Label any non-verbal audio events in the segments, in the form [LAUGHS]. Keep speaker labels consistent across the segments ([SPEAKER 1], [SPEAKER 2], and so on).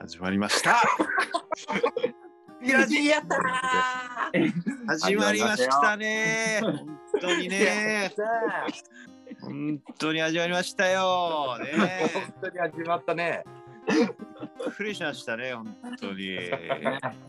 [SPEAKER 1] 始まりました。
[SPEAKER 2] ラジやったな
[SPEAKER 1] 始まりましたね。本当にね。
[SPEAKER 2] ー
[SPEAKER 1] 本当に始まりましたよ。ね。
[SPEAKER 2] 本当に始まったね。
[SPEAKER 1] びっくりしましたね、本当に。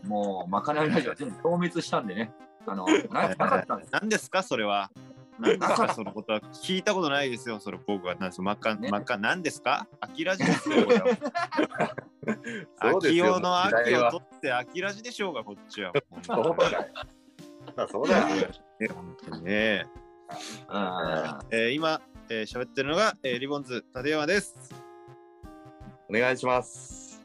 [SPEAKER 3] もう、まかないラジオ全部消滅したんでね。あの、ななかったんです。
[SPEAKER 1] 何ですか、それは。何ですか、そのことは聞いたことないですよ、それ僕は。なんです真っ赤、
[SPEAKER 3] ね
[SPEAKER 1] 真っ赤、何ですかアキラジですよ、これは。
[SPEAKER 2] そうです
[SPEAKER 1] 秋
[SPEAKER 2] よ
[SPEAKER 1] 夫の
[SPEAKER 2] 時代
[SPEAKER 1] 秋を
[SPEAKER 2] は
[SPEAKER 1] 取って、アキラジでしょうが、こっちは。本当
[SPEAKER 2] そうだよ。そうだよ。
[SPEAKER 1] にね本当にね。
[SPEAKER 3] うん
[SPEAKER 1] えー今、えー喋ってるのが、えーリボンズ、立山です。
[SPEAKER 2] お願いします。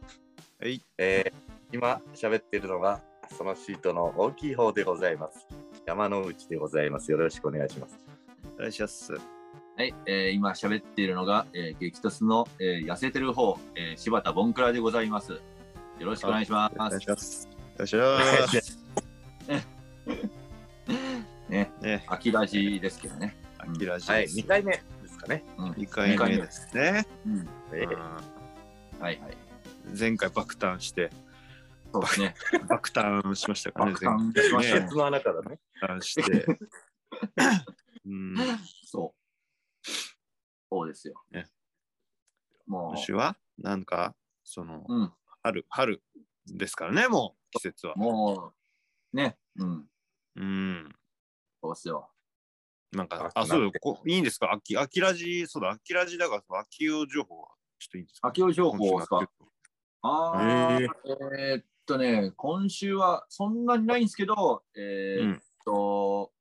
[SPEAKER 1] はい。
[SPEAKER 2] えー、今喋っているのがそのシートの大きい方でございます。山之内でございます。よろしくお願いします。
[SPEAKER 1] お願いします。
[SPEAKER 3] はい、えー今喋っているのが、えー激突の、えー痩せてる方、えー柴田ボンクラでございます。よろしくお願いしま
[SPEAKER 1] お願い
[SPEAKER 3] す
[SPEAKER 1] し。ます。お願いします。
[SPEAKER 3] ね、
[SPEAKER 1] ね、
[SPEAKER 3] 秋ラジですけどね。
[SPEAKER 1] アキラジ。
[SPEAKER 2] はい、
[SPEAKER 1] 二
[SPEAKER 2] 二回目ですかね。
[SPEAKER 3] うん
[SPEAKER 1] 二回目で。すね。
[SPEAKER 3] うん、
[SPEAKER 2] えー
[SPEAKER 3] はいはい。
[SPEAKER 1] うん前回爆誕して、
[SPEAKER 3] そうですね。
[SPEAKER 1] 爆誕しましたからね。
[SPEAKER 3] 爆誕しました
[SPEAKER 2] ケ
[SPEAKER 3] ね
[SPEAKER 2] ツ。の穴からね。
[SPEAKER 1] 前回爆誕して。 [LAUGHS] うん、今
[SPEAKER 3] そう。そうですよ。
[SPEAKER 1] ね
[SPEAKER 3] も
[SPEAKER 1] 年は、なんか、その、
[SPEAKER 3] う、うん、
[SPEAKER 1] 春、春ですからね、もう、季節は。
[SPEAKER 3] もう、ね、うん、
[SPEAKER 1] うん。
[SPEAKER 3] そうですよ。
[SPEAKER 1] なんか、
[SPEAKER 2] あ
[SPEAKER 1] あ、そう
[SPEAKER 2] な
[SPEAKER 1] よ
[SPEAKER 2] んて
[SPEAKER 1] こ、いいんですか秋、秋ラジ、そうだ、秋ラジだから、その秋用情報は、ちょっといいですか
[SPEAKER 3] 秋尾情報ですか。あー
[SPEAKER 1] え
[SPEAKER 3] えーっとね、今週はそんなにないんですけど、えーっと、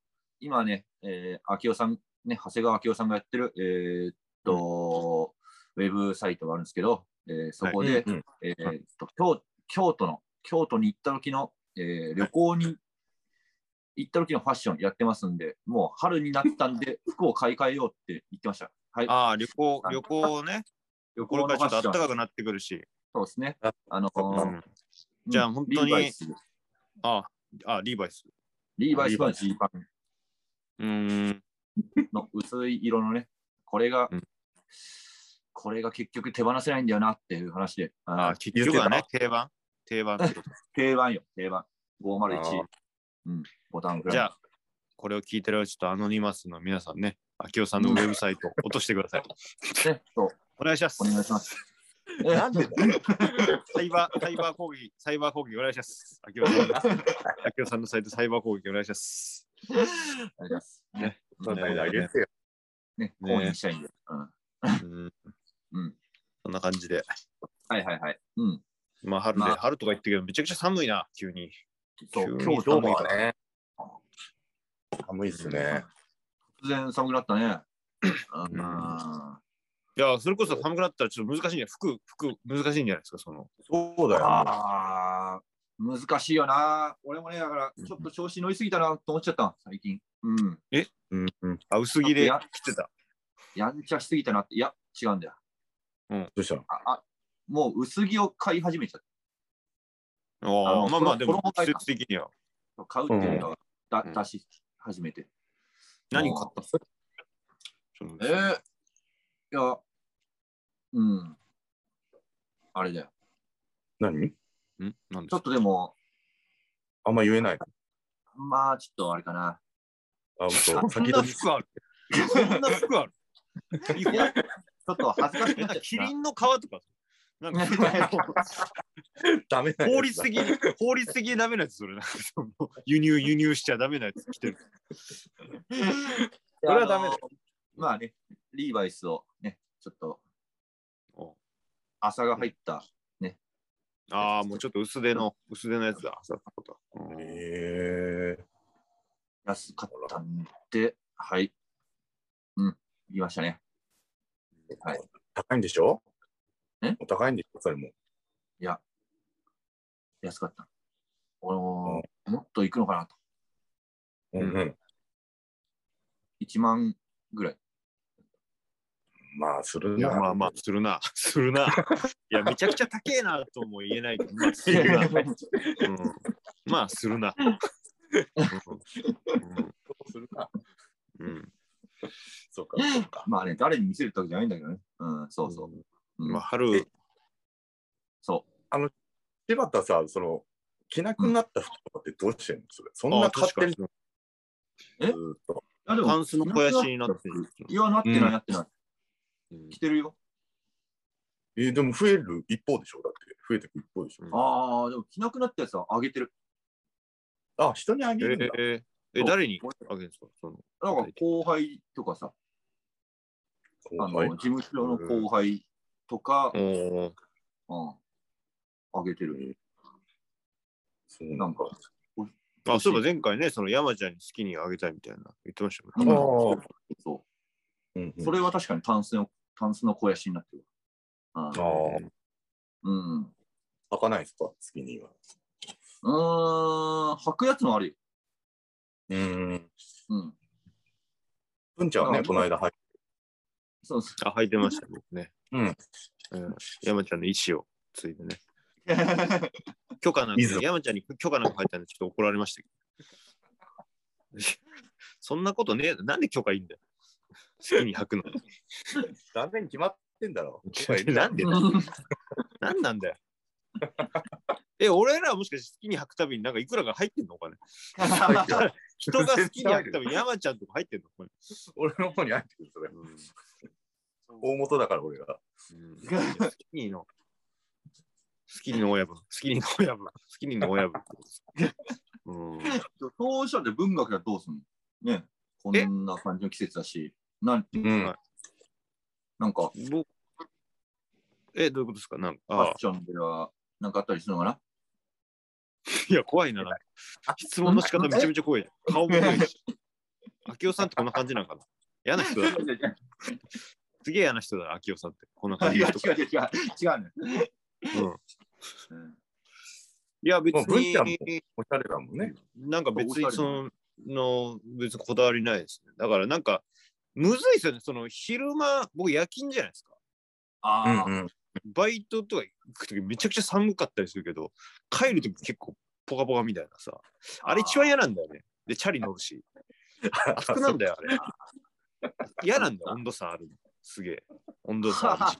[SPEAKER 3] 今ね、えー、秋夫さん、ね、長谷川明夫さんがやってる、えーっと、ウェブサイトがあるんですけど、えーそこで、
[SPEAKER 2] うんうん
[SPEAKER 3] えーっと京、京都の、京都に行った時の、えー旅行に行った時のファッションやってますんで、もう春になったんで、服を買い替えようって言ってました。はい。
[SPEAKER 1] ああ、旅行、旅行ね。
[SPEAKER 3] 旅
[SPEAKER 1] これ
[SPEAKER 3] 行
[SPEAKER 1] か
[SPEAKER 3] の
[SPEAKER 1] ら
[SPEAKER 3] フ
[SPEAKER 1] ちょ
[SPEAKER 3] ァ
[SPEAKER 1] っと
[SPEAKER 3] ッショ
[SPEAKER 1] 暖
[SPEAKER 3] ン。
[SPEAKER 1] かくなってくるし。
[SPEAKER 3] そうですね。
[SPEAKER 2] あ
[SPEAKER 3] あのー
[SPEAKER 1] うんじゃあ本当に
[SPEAKER 3] リーバイス
[SPEAKER 1] あ、あ、リーバイス。
[SPEAKER 3] リーバイスのジーパン
[SPEAKER 1] うーん。
[SPEAKER 3] の薄い色のね、これが、
[SPEAKER 1] うん
[SPEAKER 3] これが結局手放せないんだよなっていう話で、あ
[SPEAKER 1] あ、
[SPEAKER 3] ー
[SPEAKER 1] 結局はね、定番。定番ってこと。
[SPEAKER 3] 定番よ、定番。
[SPEAKER 2] あ
[SPEAKER 3] 501
[SPEAKER 2] ー、
[SPEAKER 3] うん、ボタンフラ
[SPEAKER 1] じゃあ、これを聞いてるちょっとアノニマスの皆さんね、秋夫さんのウェブサイ
[SPEAKER 3] [LAUGHS]
[SPEAKER 1] ト落としてください。
[SPEAKER 3] ね、そう、
[SPEAKER 1] お願いします。
[SPEAKER 3] お願い
[SPEAKER 1] [LAUGHS]
[SPEAKER 3] します。
[SPEAKER 2] なんで
[SPEAKER 3] [LAUGHS]
[SPEAKER 2] だよ。
[SPEAKER 1] サイバー、サイバー攻撃、サイバー攻撃お願いします。秋夫さんの、秋夫さんのサイト、サイバー攻撃お願いします。
[SPEAKER 3] お願いします。
[SPEAKER 1] ね
[SPEAKER 3] ね、
[SPEAKER 2] そんなにあげてよ。
[SPEAKER 3] ね、
[SPEAKER 1] ね
[SPEAKER 3] 購入したいんで。うん。
[SPEAKER 1] うん
[SPEAKER 3] うん。
[SPEAKER 1] そんな感じで。
[SPEAKER 3] はいはいはい。うん。
[SPEAKER 1] まあ、春で、
[SPEAKER 3] まあ
[SPEAKER 1] 春とか言ってるけど、めちゃくちゃ寒いな、急に。
[SPEAKER 3] そう、
[SPEAKER 1] 急
[SPEAKER 3] 今
[SPEAKER 1] に
[SPEAKER 3] 日
[SPEAKER 1] ど
[SPEAKER 2] ど
[SPEAKER 1] う
[SPEAKER 2] う
[SPEAKER 1] も
[SPEAKER 2] も
[SPEAKER 1] は
[SPEAKER 2] ね。寒いっすね。
[SPEAKER 3] 突然寒くなっ
[SPEAKER 1] [LAUGHS]
[SPEAKER 3] たね。
[SPEAKER 1] ん
[SPEAKER 3] あ
[SPEAKER 1] いや、それこそ寒くなったらちょっと難しいね。服、服、難しいんじゃないですか、その。
[SPEAKER 2] そうだよ。
[SPEAKER 3] あー、難しいよな。俺もね、だから、ちょっと調子乗りすぎたなと思っちゃった、最近。うん。
[SPEAKER 2] うんうん。ど
[SPEAKER 1] あ、薄着で
[SPEAKER 3] や
[SPEAKER 1] 着てた。
[SPEAKER 3] やんちゃしすぎたなって、いや、違うんだよ。
[SPEAKER 2] うしたの
[SPEAKER 3] ああもう薄着を買い始めちゃっ
[SPEAKER 1] ああ
[SPEAKER 3] の
[SPEAKER 1] まあまあ、
[SPEAKER 3] 衣
[SPEAKER 1] でも、
[SPEAKER 3] 衣替
[SPEAKER 1] 季
[SPEAKER 3] え
[SPEAKER 1] 節的には。
[SPEAKER 3] た。買うっていうのがだ、
[SPEAKER 1] うん
[SPEAKER 3] 出し始めて。
[SPEAKER 1] 何買った
[SPEAKER 3] た
[SPEAKER 1] の
[SPEAKER 3] えー、いや、うん。あれだよ。
[SPEAKER 2] 何
[SPEAKER 1] んなんで
[SPEAKER 3] ちょっとでも、
[SPEAKER 2] あんま言えない。
[SPEAKER 3] まあ、ちょっとあれか [LAUGHS] な。
[SPEAKER 2] あ、
[SPEAKER 1] そ
[SPEAKER 2] 嘘。
[SPEAKER 1] ん
[SPEAKER 2] 先
[SPEAKER 1] な
[SPEAKER 2] 取り。
[SPEAKER 1] 服ある。そんな服ある。違法
[SPEAKER 3] やちょっと恥ずかしく
[SPEAKER 1] え
[SPEAKER 3] なっ
[SPEAKER 1] な
[SPEAKER 3] ちゃっ
[SPEAKER 1] キ
[SPEAKER 3] た
[SPEAKER 1] リ
[SPEAKER 3] な。
[SPEAKER 1] ンの皮とか。なんか [LAUGHS]
[SPEAKER 2] ダメなやつだ
[SPEAKER 1] 法律的に、法律的にダメなやつ、それ。なんかその [LAUGHS] 輸入、輸入しちゃダメなやつ着てる。 [LAUGHS]
[SPEAKER 2] それはダメだよ
[SPEAKER 3] あのまあね、リーバイスをね、ちょっと
[SPEAKER 1] お
[SPEAKER 3] 朝が入った。
[SPEAKER 1] ああ、もうちょっと薄手の、薄手のやつだ。うん
[SPEAKER 2] へえ。
[SPEAKER 3] 安かったんで、はい。うん、言いましたね。はい。
[SPEAKER 2] 高いんでしょ
[SPEAKER 3] え
[SPEAKER 2] お高いんでしょそれも。
[SPEAKER 3] いや、安かった。俺も、もっと行くのかなと。
[SPEAKER 2] うんん。
[SPEAKER 3] 1万ぐ [LAUGHS] らい。
[SPEAKER 2] まあ、する
[SPEAKER 1] いや、
[SPEAKER 2] な。
[SPEAKER 1] まあまあ、するな。するな。いや、めちゃくちゃ高えなとも言え [LAUGHS] ないけど、まあ、するな。うんまあ、するな。
[SPEAKER 2] そうするな。
[SPEAKER 1] うんうん
[SPEAKER 2] そうか、そうか。
[SPEAKER 3] まあね、誰に見せるってわけじゃないんだけどね。うん、そうそう。
[SPEAKER 1] うん
[SPEAKER 3] うん
[SPEAKER 1] まあ、春、
[SPEAKER 3] そ
[SPEAKER 2] 柴田さ、その、着なくなった服とかってどうしてんのそれ。そん
[SPEAKER 1] あ
[SPEAKER 2] な
[SPEAKER 1] あ
[SPEAKER 2] 買ってるの
[SPEAKER 3] え
[SPEAKER 2] ずーっと。
[SPEAKER 3] いやでも
[SPEAKER 1] タンスの肥やしになってる。
[SPEAKER 3] いや、なってない、
[SPEAKER 1] うん
[SPEAKER 3] なってな
[SPEAKER 1] う
[SPEAKER 3] い。
[SPEAKER 1] ん
[SPEAKER 3] 着てるよ。
[SPEAKER 2] えーでも増える一方でしょだって。増えてく一方でしょ。
[SPEAKER 3] ああ、でも着なくなったやつはあげてる。
[SPEAKER 2] あ、人にあ
[SPEAKER 1] え
[SPEAKER 2] げるんだ
[SPEAKER 1] ー。えーえ誰にあげるんですかその
[SPEAKER 3] だから後輩とかさ、
[SPEAKER 2] 後
[SPEAKER 3] あの
[SPEAKER 2] 輩
[SPEAKER 3] 事務所の後輩とか、うん
[SPEAKER 1] おー
[SPEAKER 3] あげてる。
[SPEAKER 2] そう
[SPEAKER 3] なんか、
[SPEAKER 1] あ、そういえば前回ね、その山ちゃんに好きにあげたいみたいな言ってました
[SPEAKER 3] う
[SPEAKER 1] も
[SPEAKER 3] ん
[SPEAKER 1] んね。
[SPEAKER 2] ー
[SPEAKER 3] そ
[SPEAKER 2] うんう
[SPEAKER 3] う。
[SPEAKER 2] ん
[SPEAKER 3] それは確かにタンスの、タンスの肥やしになってるわ。
[SPEAKER 2] ああ、
[SPEAKER 3] うん。うん。
[SPEAKER 2] 開かないですかスキニーは。
[SPEAKER 3] うーん、履くやつもあるよ。
[SPEAKER 2] うん。
[SPEAKER 3] うん。
[SPEAKER 2] 文ちゃんは
[SPEAKER 3] あ
[SPEAKER 2] ね、この間入っ
[SPEAKER 3] そうそう。
[SPEAKER 1] あ、履いてました、僕ね。
[SPEAKER 2] うん。
[SPEAKER 1] うん、山ちゃんの意思を継いでね。許可なんか
[SPEAKER 2] いいぞ
[SPEAKER 1] 山ちゃんに許可なんか入ったんで、ちょっと怒られましたけど。 [LAUGHS] そんなことねえ、なんで許可いいんだよ。好きに履くの。
[SPEAKER 2] 断然決まってんだ [LAUGHS] ろ。
[SPEAKER 1] なんでだなんなんだよ。 [LAUGHS] え、俺らもしかして好きに履くたびになんかいくらが入ってんのお金。人が好きに履くたびに山ちゃんとか入ってんのお金。
[SPEAKER 2] 俺の方に入ってくる、それ。
[SPEAKER 1] うん
[SPEAKER 2] 大元だから、俺が。
[SPEAKER 1] うん好きの。好きの親分。好きの親分。好きの親分。うん。
[SPEAKER 3] 当社で文学はどうすんのね。こんな感じの季節だし。なん
[SPEAKER 2] うん。
[SPEAKER 3] なんか、
[SPEAKER 1] 僕え、どういうことですかなんか、
[SPEAKER 3] ファ
[SPEAKER 1] あ
[SPEAKER 3] ッションでは、なんかあったりするのかない
[SPEAKER 1] や、怖いな。なんか質問の仕方めちゃめちゃ怖い。顔も怖いし。明夫さんってこんな感じなんかな嫌な人だ。すげえ嫌な人だ、明夫さんって。こんな感
[SPEAKER 3] い
[SPEAKER 1] じ
[SPEAKER 3] や、
[SPEAKER 1] の
[SPEAKER 3] 違
[SPEAKER 1] 人。
[SPEAKER 3] う違う違う。違うね。
[SPEAKER 1] うんいや、別
[SPEAKER 2] もう文ちゃんも
[SPEAKER 1] に、
[SPEAKER 2] おしゃれだもんね。
[SPEAKER 1] なんか別に
[SPEAKER 3] おしゃれ
[SPEAKER 1] その、の別にこだわりないですね。だからなんか、むずいですよね。その、昼間、僕夜勤じゃないですか。
[SPEAKER 3] ああ、
[SPEAKER 2] ん。
[SPEAKER 1] バイトとか行くときめちゃくちゃ寒かったりするけど、帰るとき結構ポカポカみたいなさ。あれ一番嫌なんだよね。で、チャリ乗るし。熱くなんだよ、あれ。嫌なんだよ、温度差あるの。すげえ。温度差あるし。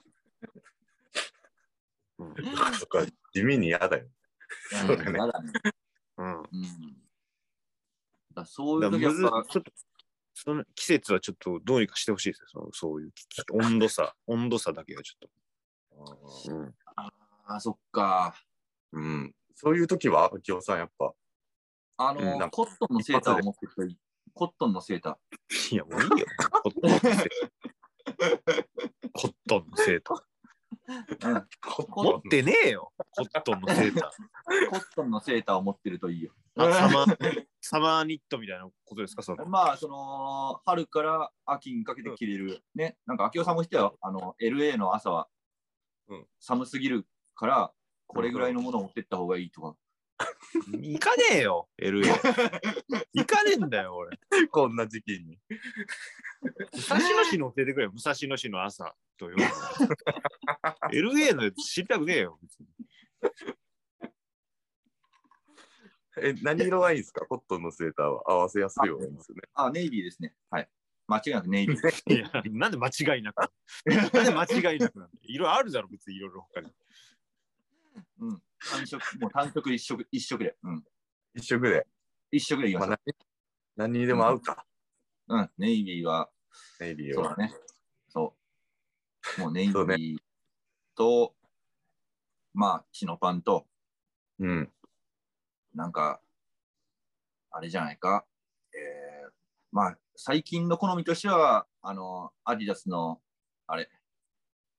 [SPEAKER 1] うん
[SPEAKER 2] そっか、地味に嫌だよ。
[SPEAKER 3] うん
[SPEAKER 2] そうだね
[SPEAKER 3] やだね。
[SPEAKER 1] うん。
[SPEAKER 3] うん。だからそうい
[SPEAKER 1] だ
[SPEAKER 3] う
[SPEAKER 1] から
[SPEAKER 3] 時
[SPEAKER 1] む
[SPEAKER 3] や
[SPEAKER 1] ず
[SPEAKER 3] っぱ、
[SPEAKER 1] ちょっとその季節はちょっとどうにかしてほしいですよ。そのそういうき温度差、 [LAUGHS] 温度差だけはちょっと。うん
[SPEAKER 3] ああ、そっか。
[SPEAKER 2] うん。そういう時は、秋夫さん、やっぱ。
[SPEAKER 3] あ
[SPEAKER 2] うん
[SPEAKER 3] の、
[SPEAKER 2] なんか
[SPEAKER 3] コットンのセーターを持ってきたらいいコットンのセーター。
[SPEAKER 1] いや、もういいよ。コットンのセーター。コットンのセーター。持ってねえよ、コットンのセータ
[SPEAKER 3] コットンのセーターを持ってるといいよ。
[SPEAKER 1] ー。サマー、サマーニットみたいなことですか、その。
[SPEAKER 3] まあ、その、春から秋にかけて着れる。ね、なんか、秋夫さんも言ってたよ。あの、LA の朝は
[SPEAKER 2] うん、
[SPEAKER 3] 寒すぎるから、これぐらいのものを持ってった方がいいとか。
[SPEAKER 1] 行かねえよ、LA。行かねえんだよ、俺。
[SPEAKER 2] こんな時期に。
[SPEAKER 1] 武蔵野市の教えてくれよ、武蔵野市の朝と夜。LA のやつ知りたくねえよ、別に。
[SPEAKER 2] え、何色がいいんですかコットンのセーターは合わせやすいようがいいんですよね。
[SPEAKER 3] あ、ネイビーですね。はい。間違いなくネイビー。
[SPEAKER 2] [LAUGHS]
[SPEAKER 1] いや、なんで間違いなくなんで間違いなくなんだ色あるだろ、別にいろいろ他に。
[SPEAKER 3] うん。単色、もう単色一色、一色で。うん。
[SPEAKER 2] 一色で。
[SPEAKER 3] 一色でいきま
[SPEAKER 2] ま
[SPEAKER 3] し
[SPEAKER 2] あ
[SPEAKER 3] ょう。
[SPEAKER 2] 何何にでも合うか。
[SPEAKER 3] うん。ネイビーは、
[SPEAKER 2] ネイビー
[SPEAKER 3] そう
[SPEAKER 2] は
[SPEAKER 3] だ。ね。そう。もうネイビ
[SPEAKER 2] そうね
[SPEAKER 3] ーと、まあ、チノパンと、
[SPEAKER 2] うん。
[SPEAKER 3] なんか、あれじゃないか。えー、まあ、最近の好みとしては、あの、アディダスの、あれ、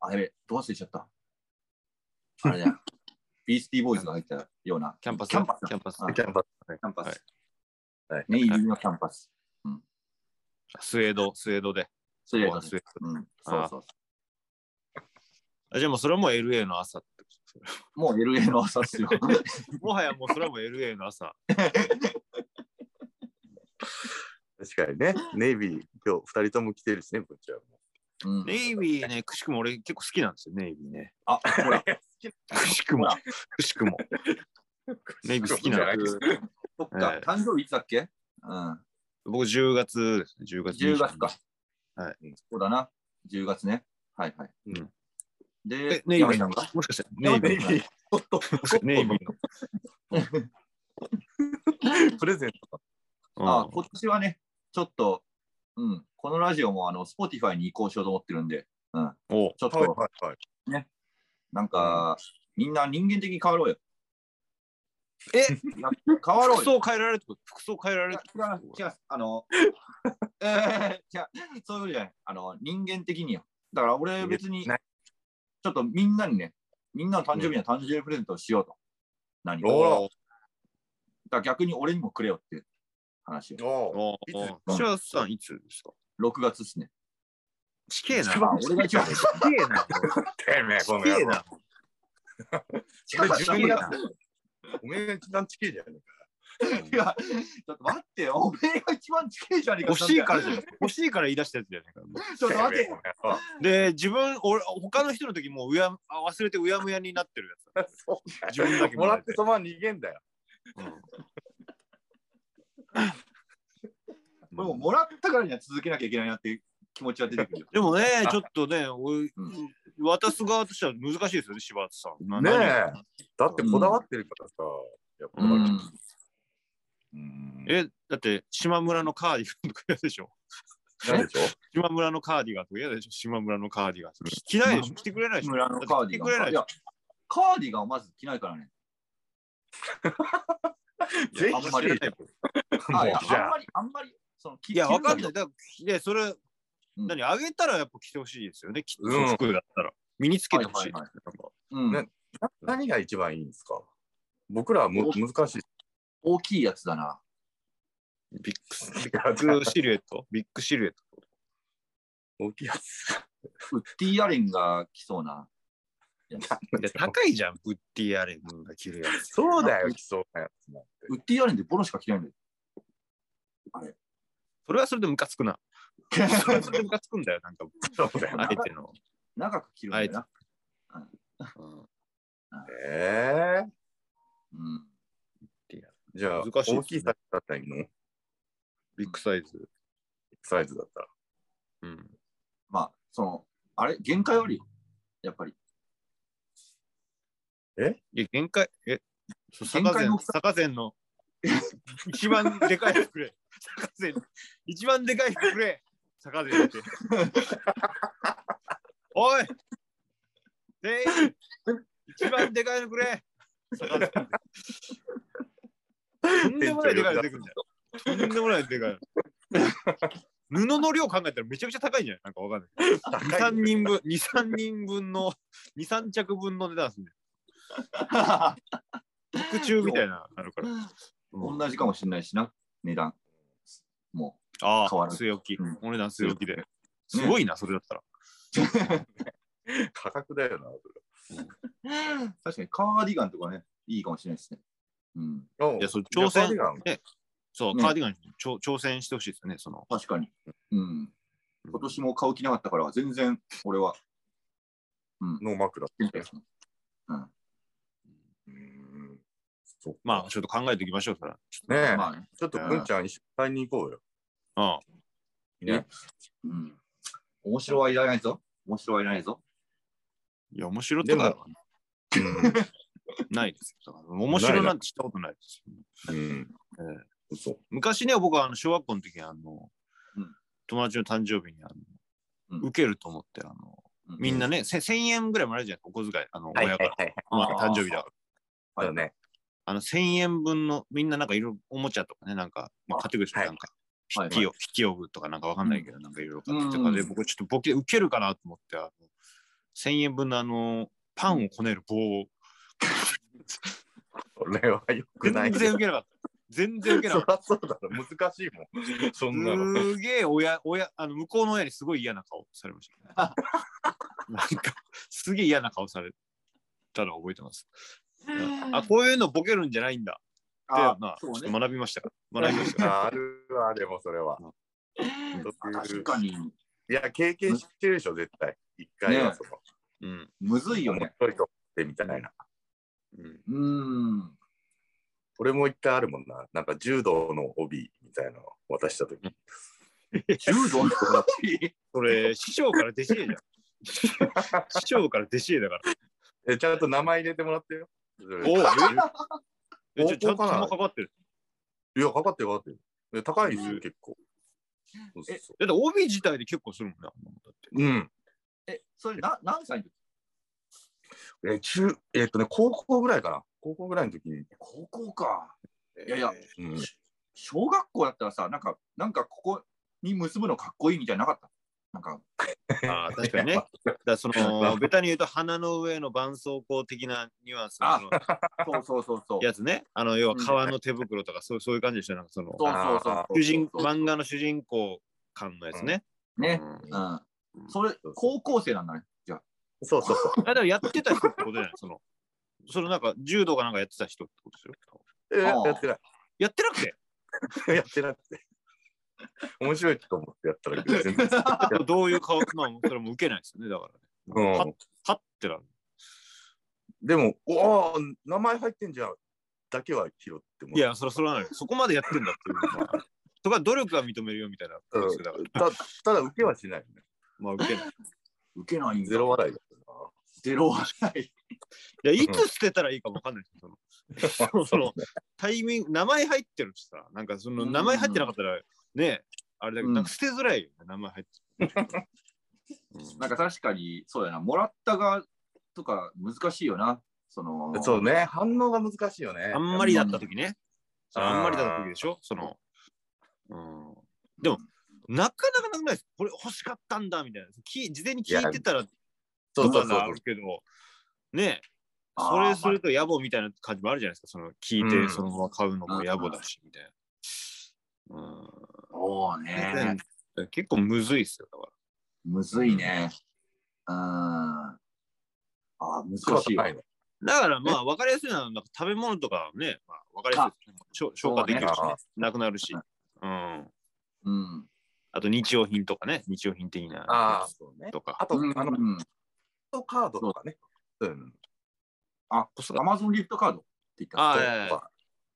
[SPEAKER 3] あれ、どう忘れちゃった。あれだ
[SPEAKER 2] [LAUGHS]
[SPEAKER 3] よ。ビースティーボーイズが入ったような。
[SPEAKER 1] キャンパス。
[SPEAKER 3] キャンパス。
[SPEAKER 1] キャンパス。
[SPEAKER 3] あ
[SPEAKER 2] キャンパ
[SPEAKER 3] キャンパス。
[SPEAKER 1] はい
[SPEAKER 2] はい
[SPEAKER 3] ネイビーのキャンパス。
[SPEAKER 1] スウェード、スウェードで。
[SPEAKER 3] それ
[SPEAKER 1] スウェー
[SPEAKER 3] うん。そうそうそ
[SPEAKER 1] ドあじゃあもうそれはもう LA の朝ってことです
[SPEAKER 3] う。もう LA の朝っ
[SPEAKER 2] [LAUGHS]
[SPEAKER 3] すよ。
[SPEAKER 1] [LAUGHS] もはやもうそれはもう LA の朝。
[SPEAKER 2] ス。確かにね。ネイビー、今日二人とも来てるしね、こっちは。
[SPEAKER 3] うん、
[SPEAKER 1] ネイビーね、くしくも俺結構好きなんですよ、ネイビーね。
[SPEAKER 3] あ、ほら、
[SPEAKER 1] くしくも
[SPEAKER 3] ほら。
[SPEAKER 1] [LAUGHS] くしくも。ネイビー好きな
[SPEAKER 2] じ
[SPEAKER 1] の
[SPEAKER 2] ゃないですか。
[SPEAKER 3] そっか
[SPEAKER 1] え、え
[SPEAKER 3] 誕生日いつだっけうん。
[SPEAKER 1] 僕10月ですね、10月。
[SPEAKER 3] 10月か。。
[SPEAKER 1] はい
[SPEAKER 3] うん。そうだな。10月ね。はいはい。
[SPEAKER 2] うん
[SPEAKER 1] え
[SPEAKER 3] で、
[SPEAKER 1] ネイビ
[SPEAKER 3] 山ちゃ
[SPEAKER 1] ー
[SPEAKER 3] んが。
[SPEAKER 1] もしかして、
[SPEAKER 2] ネ
[SPEAKER 1] ネ
[SPEAKER 2] イ
[SPEAKER 1] イ
[SPEAKER 2] ビ
[SPEAKER 1] ビ
[SPEAKER 2] ー
[SPEAKER 1] ー。
[SPEAKER 3] おっと、
[SPEAKER 1] ネイビーの。
[SPEAKER 2] プレゼント。
[SPEAKER 3] あ
[SPEAKER 1] うん
[SPEAKER 3] 今年はね、ちょっと、うん、このラジオもあの Spotify に移行しようと思ってるんで、うん、
[SPEAKER 1] おう
[SPEAKER 3] ちょっと、
[SPEAKER 2] はいはい。
[SPEAKER 3] なんか、みんな人間的に変わろうよ。
[SPEAKER 1] え
[SPEAKER 3] いや変わろ
[SPEAKER 1] 服
[SPEAKER 3] うよ。
[SPEAKER 1] 装変えられるってこと服装変えられ
[SPEAKER 3] い
[SPEAKER 1] る
[SPEAKER 3] や
[SPEAKER 1] って
[SPEAKER 3] 違う
[SPEAKER 1] こと
[SPEAKER 3] 違うあの、えー、違う、そういうことじゃない。あの、人間的によ。だから俺別に、ちょ
[SPEAKER 2] な
[SPEAKER 3] っとみんなにね、みんなの誕生日には誕生日プレゼントをしようと。何か。だか
[SPEAKER 2] おー
[SPEAKER 3] ら逆に俺にもくれよっていう話よ。
[SPEAKER 2] お
[SPEAKER 1] おう
[SPEAKER 2] ーいつ
[SPEAKER 1] おうシャーさんいつですか
[SPEAKER 3] 6月っすね。
[SPEAKER 1] ちけえな。
[SPEAKER 3] 一番俺が一番
[SPEAKER 1] [LAUGHS] ち
[SPEAKER 3] [LAUGHS]
[SPEAKER 1] けえな。
[SPEAKER 2] てめえ、この
[SPEAKER 1] ちけえ
[SPEAKER 2] 野郎
[SPEAKER 1] な。
[SPEAKER 2] 俺自分
[SPEAKER 3] が
[SPEAKER 2] が。おめえ一番ちけえじゃねえ
[SPEAKER 3] い
[SPEAKER 2] か。
[SPEAKER 3] や、ちょっと待ってよ、おめえが一番近いじゃねえか。
[SPEAKER 1] 欲しいから
[SPEAKER 3] ち
[SPEAKER 1] じゃない欲しいから言い出したやつじゃないか。もう
[SPEAKER 3] ょっと待て
[SPEAKER 2] てめえ
[SPEAKER 3] よ。
[SPEAKER 2] この野郎
[SPEAKER 1] で、自分、俺、他の人の時もううやあ忘れてうやむやになってるやつ。自分だけ
[SPEAKER 2] も
[SPEAKER 1] も
[SPEAKER 2] ら
[SPEAKER 1] らえ
[SPEAKER 2] ってて。そのまま逃げんだよ。
[SPEAKER 3] 俺もうもらったからには続けなきゃいけないなっていう気持ちは出てくるよ。
[SPEAKER 1] でもね、ちょっとね、おい
[SPEAKER 3] うん
[SPEAKER 1] 渡す側としては難しいですよね、柴田さん。な
[SPEAKER 2] ねえ
[SPEAKER 1] 何が。
[SPEAKER 2] だってこだわってるからさ。やっぱ
[SPEAKER 1] うん
[SPEAKER 2] り
[SPEAKER 3] うん
[SPEAKER 1] え、だって、島村のカーディガンとか嫌でしょ
[SPEAKER 2] なんでしょ
[SPEAKER 1] 島村のカーディガンとか嫌でしょ島村のカーディガン。着ないでしょ着てくれないでしょ
[SPEAKER 3] 村のカーディ
[SPEAKER 1] 着て
[SPEAKER 3] ガ
[SPEAKER 1] くれな
[SPEAKER 3] ン。
[SPEAKER 1] い
[SPEAKER 3] い
[SPEAKER 1] でし
[SPEAKER 3] や
[SPEAKER 1] ょ、
[SPEAKER 3] カーディガンをまず着ないか
[SPEAKER 1] [LAUGHS]
[SPEAKER 3] らね。
[SPEAKER 1] いやあんまり
[SPEAKER 2] 全
[SPEAKER 1] ね。
[SPEAKER 2] もう
[SPEAKER 3] あいや
[SPEAKER 2] じゃあ
[SPEAKER 3] あんまり、あんまり、その着
[SPEAKER 1] いや、わかんない。
[SPEAKER 3] い。
[SPEAKER 1] だから、で、それ、
[SPEAKER 3] ん
[SPEAKER 1] 何、あげたらやっぱ着てほしいですよね。き
[SPEAKER 2] うん
[SPEAKER 1] 服だったら。身につけてほしい。
[SPEAKER 3] はいはい
[SPEAKER 1] なんか
[SPEAKER 3] うん
[SPEAKER 2] ねな何が一番いいんですか僕らはむ難しい。
[SPEAKER 3] 大きいやつだな。
[SPEAKER 1] ビッグス、ビッグシルエット [LAUGHS] ビッグシルエット。
[SPEAKER 2] 大きいやつ。
[SPEAKER 3] ウッディアレンが着そうな。
[SPEAKER 1] いや、高いじゃん、ブッディアレンが着るやつ。
[SPEAKER 2] そうだよ、来そうなやつなんて。
[SPEAKER 3] ウッディアレンってボロしか着ないん
[SPEAKER 1] [LAUGHS]
[SPEAKER 3] だよ。
[SPEAKER 1] それはそれでムカつくな。それはそれでムカつくんだよ、なんか、
[SPEAKER 2] そうだよね。
[SPEAKER 1] [LAUGHS] あえての。
[SPEAKER 3] 長く着るんだよな。
[SPEAKER 1] うん
[SPEAKER 2] えー
[SPEAKER 3] うん
[SPEAKER 2] じゃあ、
[SPEAKER 1] 難しいですね
[SPEAKER 2] 大きいサイズだったらいいの
[SPEAKER 1] ビッグサイズ。
[SPEAKER 2] サイズだったら。
[SPEAKER 1] うん。
[SPEAKER 3] まあ、その、あれ、限界あるよ。やっぱり。
[SPEAKER 1] いや、限界、え、
[SPEAKER 3] 限
[SPEAKER 1] 坂
[SPEAKER 3] 界
[SPEAKER 1] 前
[SPEAKER 3] の大きさ
[SPEAKER 1] 坂前の、一番でかい服くれ。坂前、一番でかい服くれ。坂前って。おい全員、一番でかいのくれ。坂前とんでもないでかいの出てくるんだよ。とんでもないでかいの。布の量考えたらめちゃくちゃ高いんじゃないなんかわかんない。2、3人分、2、3人分の、2、3着分の値段すんだよ。特注みたいな、あるから。 [LAUGHS] うん
[SPEAKER 3] 同じかもしれないしな、値段。も
[SPEAKER 1] ああ、
[SPEAKER 3] 変わらない
[SPEAKER 1] 据え置き
[SPEAKER 3] うん。
[SPEAKER 1] お値段据え置きで。すごいな、それだったら。
[SPEAKER 2] 価格だよな。
[SPEAKER 3] う。確かにカーディガンとかね、いいかもしれないですね。うん、
[SPEAKER 2] それ
[SPEAKER 1] いや、そう、挑戦
[SPEAKER 2] いやカーディガン。
[SPEAKER 1] ねそう、
[SPEAKER 3] ね
[SPEAKER 1] カーディガンに挑挑戦してほしいですね、その。
[SPEAKER 3] 確かに。うん。今年も買う気なかったから、全然俺は。うん。
[SPEAKER 2] ノーマークだったね。うんそっか
[SPEAKER 1] まあ、ちょっと考えていきましょう、それは。
[SPEAKER 2] ねえ、
[SPEAKER 3] まあね。
[SPEAKER 2] ちょっとくんちゃん一緒に買いに行こうよ。
[SPEAKER 1] あ
[SPEAKER 2] ね、
[SPEAKER 3] うん。面白はいらないぞ。面白はいらないぞ。
[SPEAKER 1] いや、面白と
[SPEAKER 2] で
[SPEAKER 1] かないですよ。だから面白なんてしたことないですよ。 [LAUGHS]
[SPEAKER 2] うん、そう
[SPEAKER 1] 昔ね、僕はあの小学校の時にあの、
[SPEAKER 3] うん
[SPEAKER 1] 友達の誕生日にあの、
[SPEAKER 3] うん
[SPEAKER 1] 受けると思って、あの、
[SPEAKER 3] う
[SPEAKER 1] みんなね、せ1000円ぐらいもらえるじゃないですか、お小遣い、あの、
[SPEAKER 2] はいは
[SPEAKER 1] 親
[SPEAKER 2] い
[SPEAKER 1] か
[SPEAKER 2] はい
[SPEAKER 1] ら。
[SPEAKER 2] はい。
[SPEAKER 1] まあ、誕生日だから。
[SPEAKER 2] そうだね。
[SPEAKER 1] あの、1000円分の、みんななんかいろいろおもちゃとかね、なんか、まあ、買ってくるでしょ、
[SPEAKER 2] はい
[SPEAKER 1] なんか。
[SPEAKER 3] はい
[SPEAKER 1] 引きを、引きをぐとかなんかわかんないけど、なんかいろいろ買ってきたからで、
[SPEAKER 3] うん
[SPEAKER 1] 僕ちょっとボケ、受けるかなと思って、あの、1000円分のあの、パンをこねる棒を、
[SPEAKER 2] これはよく
[SPEAKER 1] 全
[SPEAKER 2] ない。
[SPEAKER 1] 然受けなかった。全然受けな
[SPEAKER 2] そ
[SPEAKER 1] か
[SPEAKER 2] り
[SPEAKER 1] っ
[SPEAKER 2] ゃそうだろ。難しいも
[SPEAKER 3] [LAUGHS]
[SPEAKER 2] ん。 [LAUGHS] そ
[SPEAKER 1] た。
[SPEAKER 2] んなの。
[SPEAKER 1] すげえ、親、親、あの、向こうの親にすごい嫌な顔されました。なんか、すげえ嫌な顔されたのを覚えてます。あ、こういうのボケるんじゃないんだって、
[SPEAKER 3] あ
[SPEAKER 1] まあ、ち
[SPEAKER 3] そ
[SPEAKER 1] ょっ
[SPEAKER 3] う
[SPEAKER 1] と
[SPEAKER 3] ね。
[SPEAKER 1] 学びましたから。学びましたから。
[SPEAKER 2] ああるわ、でもそれは。
[SPEAKER 3] 確かに、
[SPEAKER 2] いや、経験してるでしょ、絶対。一回は
[SPEAKER 3] ね
[SPEAKER 2] その。
[SPEAKER 1] うん。
[SPEAKER 3] むずいよ
[SPEAKER 2] 面
[SPEAKER 3] ね。
[SPEAKER 2] 白いと思ってみたいな。
[SPEAKER 1] うん。
[SPEAKER 3] うん。
[SPEAKER 2] 俺も一回あるもんな。なんか柔道の帯みたいなの渡したとき。
[SPEAKER 3] 柔道の話
[SPEAKER 1] それ、師匠から弟子へじゃん。師匠から弟子へだから。
[SPEAKER 2] え、ちゃんと名前入れてもらってよ。
[SPEAKER 1] お
[SPEAKER 2] [LAUGHS]
[SPEAKER 1] おええじゃあちゃんと
[SPEAKER 2] 高校かな
[SPEAKER 1] 手間かかってる。
[SPEAKER 2] いや、かかってるかかってる。で高いですよ、結構。そうそうそう
[SPEAKER 1] だって OB 自体で結構するもんな。だって
[SPEAKER 2] うん。
[SPEAKER 3] [LAUGHS] え、それな何歳の時
[SPEAKER 2] え、中、えっとね、高校ぐらいかな。高校ぐらいの時に。
[SPEAKER 3] 高校か。いやいや、
[SPEAKER 2] うん
[SPEAKER 3] 小学校だったらさ、なんか、なんかここに結ぶのかっこいいみたいなのなかったなんか、
[SPEAKER 1] ああ、確かに [LAUGHS] ね。だからその、ベタに言うと、鼻の上の絆創膏的なニュアンスのその
[SPEAKER 3] そうそうそうそう。
[SPEAKER 1] やつね。あの、要は革の手袋とか、そうそういう感じでしょ。なんかその、
[SPEAKER 3] そうそうそうそ
[SPEAKER 2] あ
[SPEAKER 3] う。
[SPEAKER 1] 主人漫画の主人公感のやつね。
[SPEAKER 3] ね
[SPEAKER 1] う。ん
[SPEAKER 3] うん。それ、高校生なんだね。じゃあ。
[SPEAKER 2] そうそうそ
[SPEAKER 1] あ
[SPEAKER 2] う。
[SPEAKER 1] だからやってた人ってことじゃないその、そのなんか柔道かなんかやってた人ってことですよ。
[SPEAKER 2] え
[SPEAKER 3] あー
[SPEAKER 2] やってな
[SPEAKER 1] やってなくて、
[SPEAKER 2] い。やってなくて。面白いと思ってやったら全然。
[SPEAKER 1] どういう顔、まあ、それも受けないですよね、だからね。
[SPEAKER 2] うん
[SPEAKER 1] ははってなる。
[SPEAKER 2] でも、おお、名前入ってんじゃん。だけは拾っても
[SPEAKER 1] いや、そらそらなる。そこまでやってんだっていうの [LAUGHS] は。そこは努力は認めるよみたいなことですよ。だから、
[SPEAKER 2] たただ受けはしない、ね。
[SPEAKER 1] まあ受けない。
[SPEAKER 3] 受けないんだ
[SPEAKER 2] ゼロ笑いだったな。
[SPEAKER 3] ゼロ笑い。
[SPEAKER 1] いや、いつ捨てたらいいかもわかんないです
[SPEAKER 2] [LAUGHS]
[SPEAKER 1] よ。そのそのタイミング、名前入ってるしさ、なんかその
[SPEAKER 3] うん
[SPEAKER 1] 名前入ってなかったら、ね、あれだけど、
[SPEAKER 3] うん
[SPEAKER 1] なんか捨てづらいよね、名前入ってる。う
[SPEAKER 3] なんか確かに、そうやな。もらった側とか難しいよな。その、
[SPEAKER 2] そうね、反応が難しいよね。
[SPEAKER 1] あんまりだった時ね。そ
[SPEAKER 2] あー
[SPEAKER 1] うあんまりだった時でしょその。うん。でも、なかなかなくないです。これ欲しかったんだみたいな。き事前に聞いてたら、
[SPEAKER 2] そうそうそう
[SPEAKER 1] まだあ
[SPEAKER 2] そう
[SPEAKER 1] る。けど、ね
[SPEAKER 3] あー
[SPEAKER 1] それすると野暮みたいな感じもあるじゃないですか。その聞い
[SPEAKER 2] うん
[SPEAKER 1] て、そのまま買うのも野暮だし、みたいな。
[SPEAKER 3] そう
[SPEAKER 1] うん
[SPEAKER 3] ね。。
[SPEAKER 1] 結構むずいっすよ。だか
[SPEAKER 3] むずいね。うん。ああ、難しいわ。
[SPEAKER 2] ないの
[SPEAKER 1] ら、だからまあ、わかりやすいのは、なんか食べ物とかね、まあ、わかりやすいです消。消化できるし
[SPEAKER 2] そう
[SPEAKER 1] ね
[SPEAKER 2] ね、
[SPEAKER 1] なくなるし。うん。
[SPEAKER 3] うん。
[SPEAKER 1] あと日用品とかね、日用品的な
[SPEAKER 2] あ
[SPEAKER 1] や
[SPEAKER 2] あ、そうね
[SPEAKER 1] つ。とか
[SPEAKER 2] あ。と、あの、ギフ
[SPEAKER 3] うん、
[SPEAKER 2] トカードとかね。うん。
[SPEAKER 3] アマゾンギフトカードって言った
[SPEAKER 1] あ
[SPEAKER 2] と
[SPEAKER 1] はいはいはい
[SPEAKER 2] か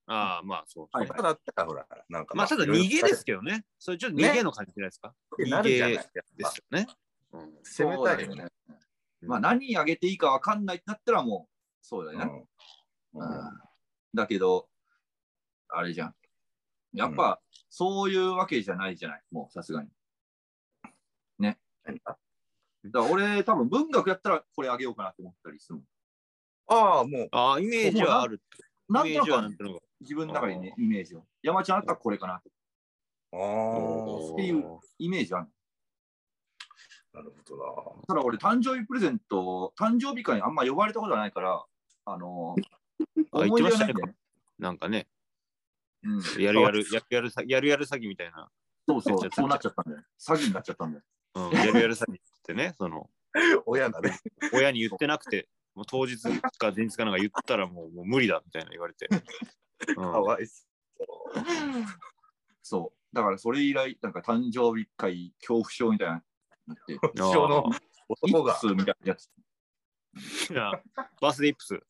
[SPEAKER 1] ああ、まあそう。
[SPEAKER 3] はい
[SPEAKER 2] とかだったら、ほら、なんか。
[SPEAKER 1] まあただ逃げですけどね。それちょっと逃げの感じじゃないですか。
[SPEAKER 2] けなるじゃない。やっ
[SPEAKER 1] で
[SPEAKER 2] ぱ
[SPEAKER 1] すよね。うん
[SPEAKER 2] 攻めたいよね。。
[SPEAKER 3] まあ何あげていいかわかんないってなったらもう、そうだ
[SPEAKER 2] う
[SPEAKER 3] よ
[SPEAKER 2] ん
[SPEAKER 3] ね。うんだけど、あれじゃん。やっぱ、そういうわけじゃないじゃない、もうさすがに。だから俺、多分文学やったらこれあげようかなって思ったりするもん。
[SPEAKER 2] ああ、もう、
[SPEAKER 1] ああ、イメージはあるって。
[SPEAKER 3] なん
[SPEAKER 1] イ
[SPEAKER 3] と
[SPEAKER 1] メージ
[SPEAKER 3] なく
[SPEAKER 1] はな
[SPEAKER 3] は
[SPEAKER 1] んとなく。
[SPEAKER 3] 自分の中にね、イメージを。山ちゃんあったらこれかなって
[SPEAKER 2] あ
[SPEAKER 1] お
[SPEAKER 2] あ、
[SPEAKER 3] っていうイメージある。
[SPEAKER 2] なるほど
[SPEAKER 3] ただ俺、誕生日プレゼント、誕生日会にあんま呼ばれたことがないから、あのー、
[SPEAKER 1] あ言ってましたね
[SPEAKER 3] 思い出がないんだよね
[SPEAKER 1] なんかね、
[SPEAKER 3] うん、
[SPEAKER 1] やるやる、やるやる詐やるやる詐欺みたいな。
[SPEAKER 3] そうそ
[SPEAKER 1] やっちゃっ
[SPEAKER 3] う、
[SPEAKER 1] た
[SPEAKER 3] そうなっちゃったんだよ。詐欺になっちゃったんだよ。
[SPEAKER 1] うん、やるやる詐欺ってね、その、
[SPEAKER 2] な。親がね、
[SPEAKER 1] 親に言ってなくて、もう当日か前日かなんか言ったらもうもう無理だみたいな言われて。うん
[SPEAKER 2] かわいそう。
[SPEAKER 3] そう。だからそれ以来、なんか誕生日会恐怖症みたいにな
[SPEAKER 1] [LAUGHS]
[SPEAKER 3] って、
[SPEAKER 2] 一緒の男
[SPEAKER 3] イ
[SPEAKER 2] が
[SPEAKER 3] ップスみたいなやつ。
[SPEAKER 1] いやバースデーイップス。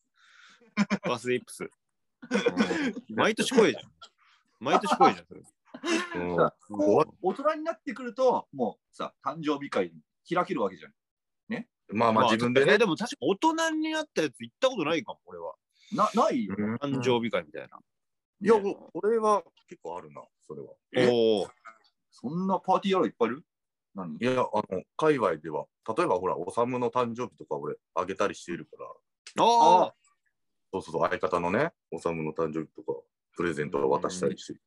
[SPEAKER 1] バースデーイップス。うん毎年来いじゃん。毎年来いじ
[SPEAKER 2] [LAUGHS]
[SPEAKER 1] ゃん。それ
[SPEAKER 2] うん
[SPEAKER 3] だから
[SPEAKER 2] 終わ
[SPEAKER 3] こう大人になってくると、もうさ、誕生日会開けるわけじゃん。
[SPEAKER 2] まあまあ自分で
[SPEAKER 1] え
[SPEAKER 2] ね。
[SPEAKER 1] でも確か大人になったやつ行ったことないかも、俺は。
[SPEAKER 3] なないよ。
[SPEAKER 2] うん
[SPEAKER 1] 誕生日会みたい
[SPEAKER 2] いや、お俺は結構あるな、それは。
[SPEAKER 1] な。おお。
[SPEAKER 3] そんなパーティーやろいっぱいいる何
[SPEAKER 2] いや、あの、界隈では、例えばほら、おさむの誕生日とか俺、あげたりしてるから、
[SPEAKER 1] ああ。
[SPEAKER 2] そうそうそう、相方のね、おさむの誕生日とか、プレゼントを渡したりしてる。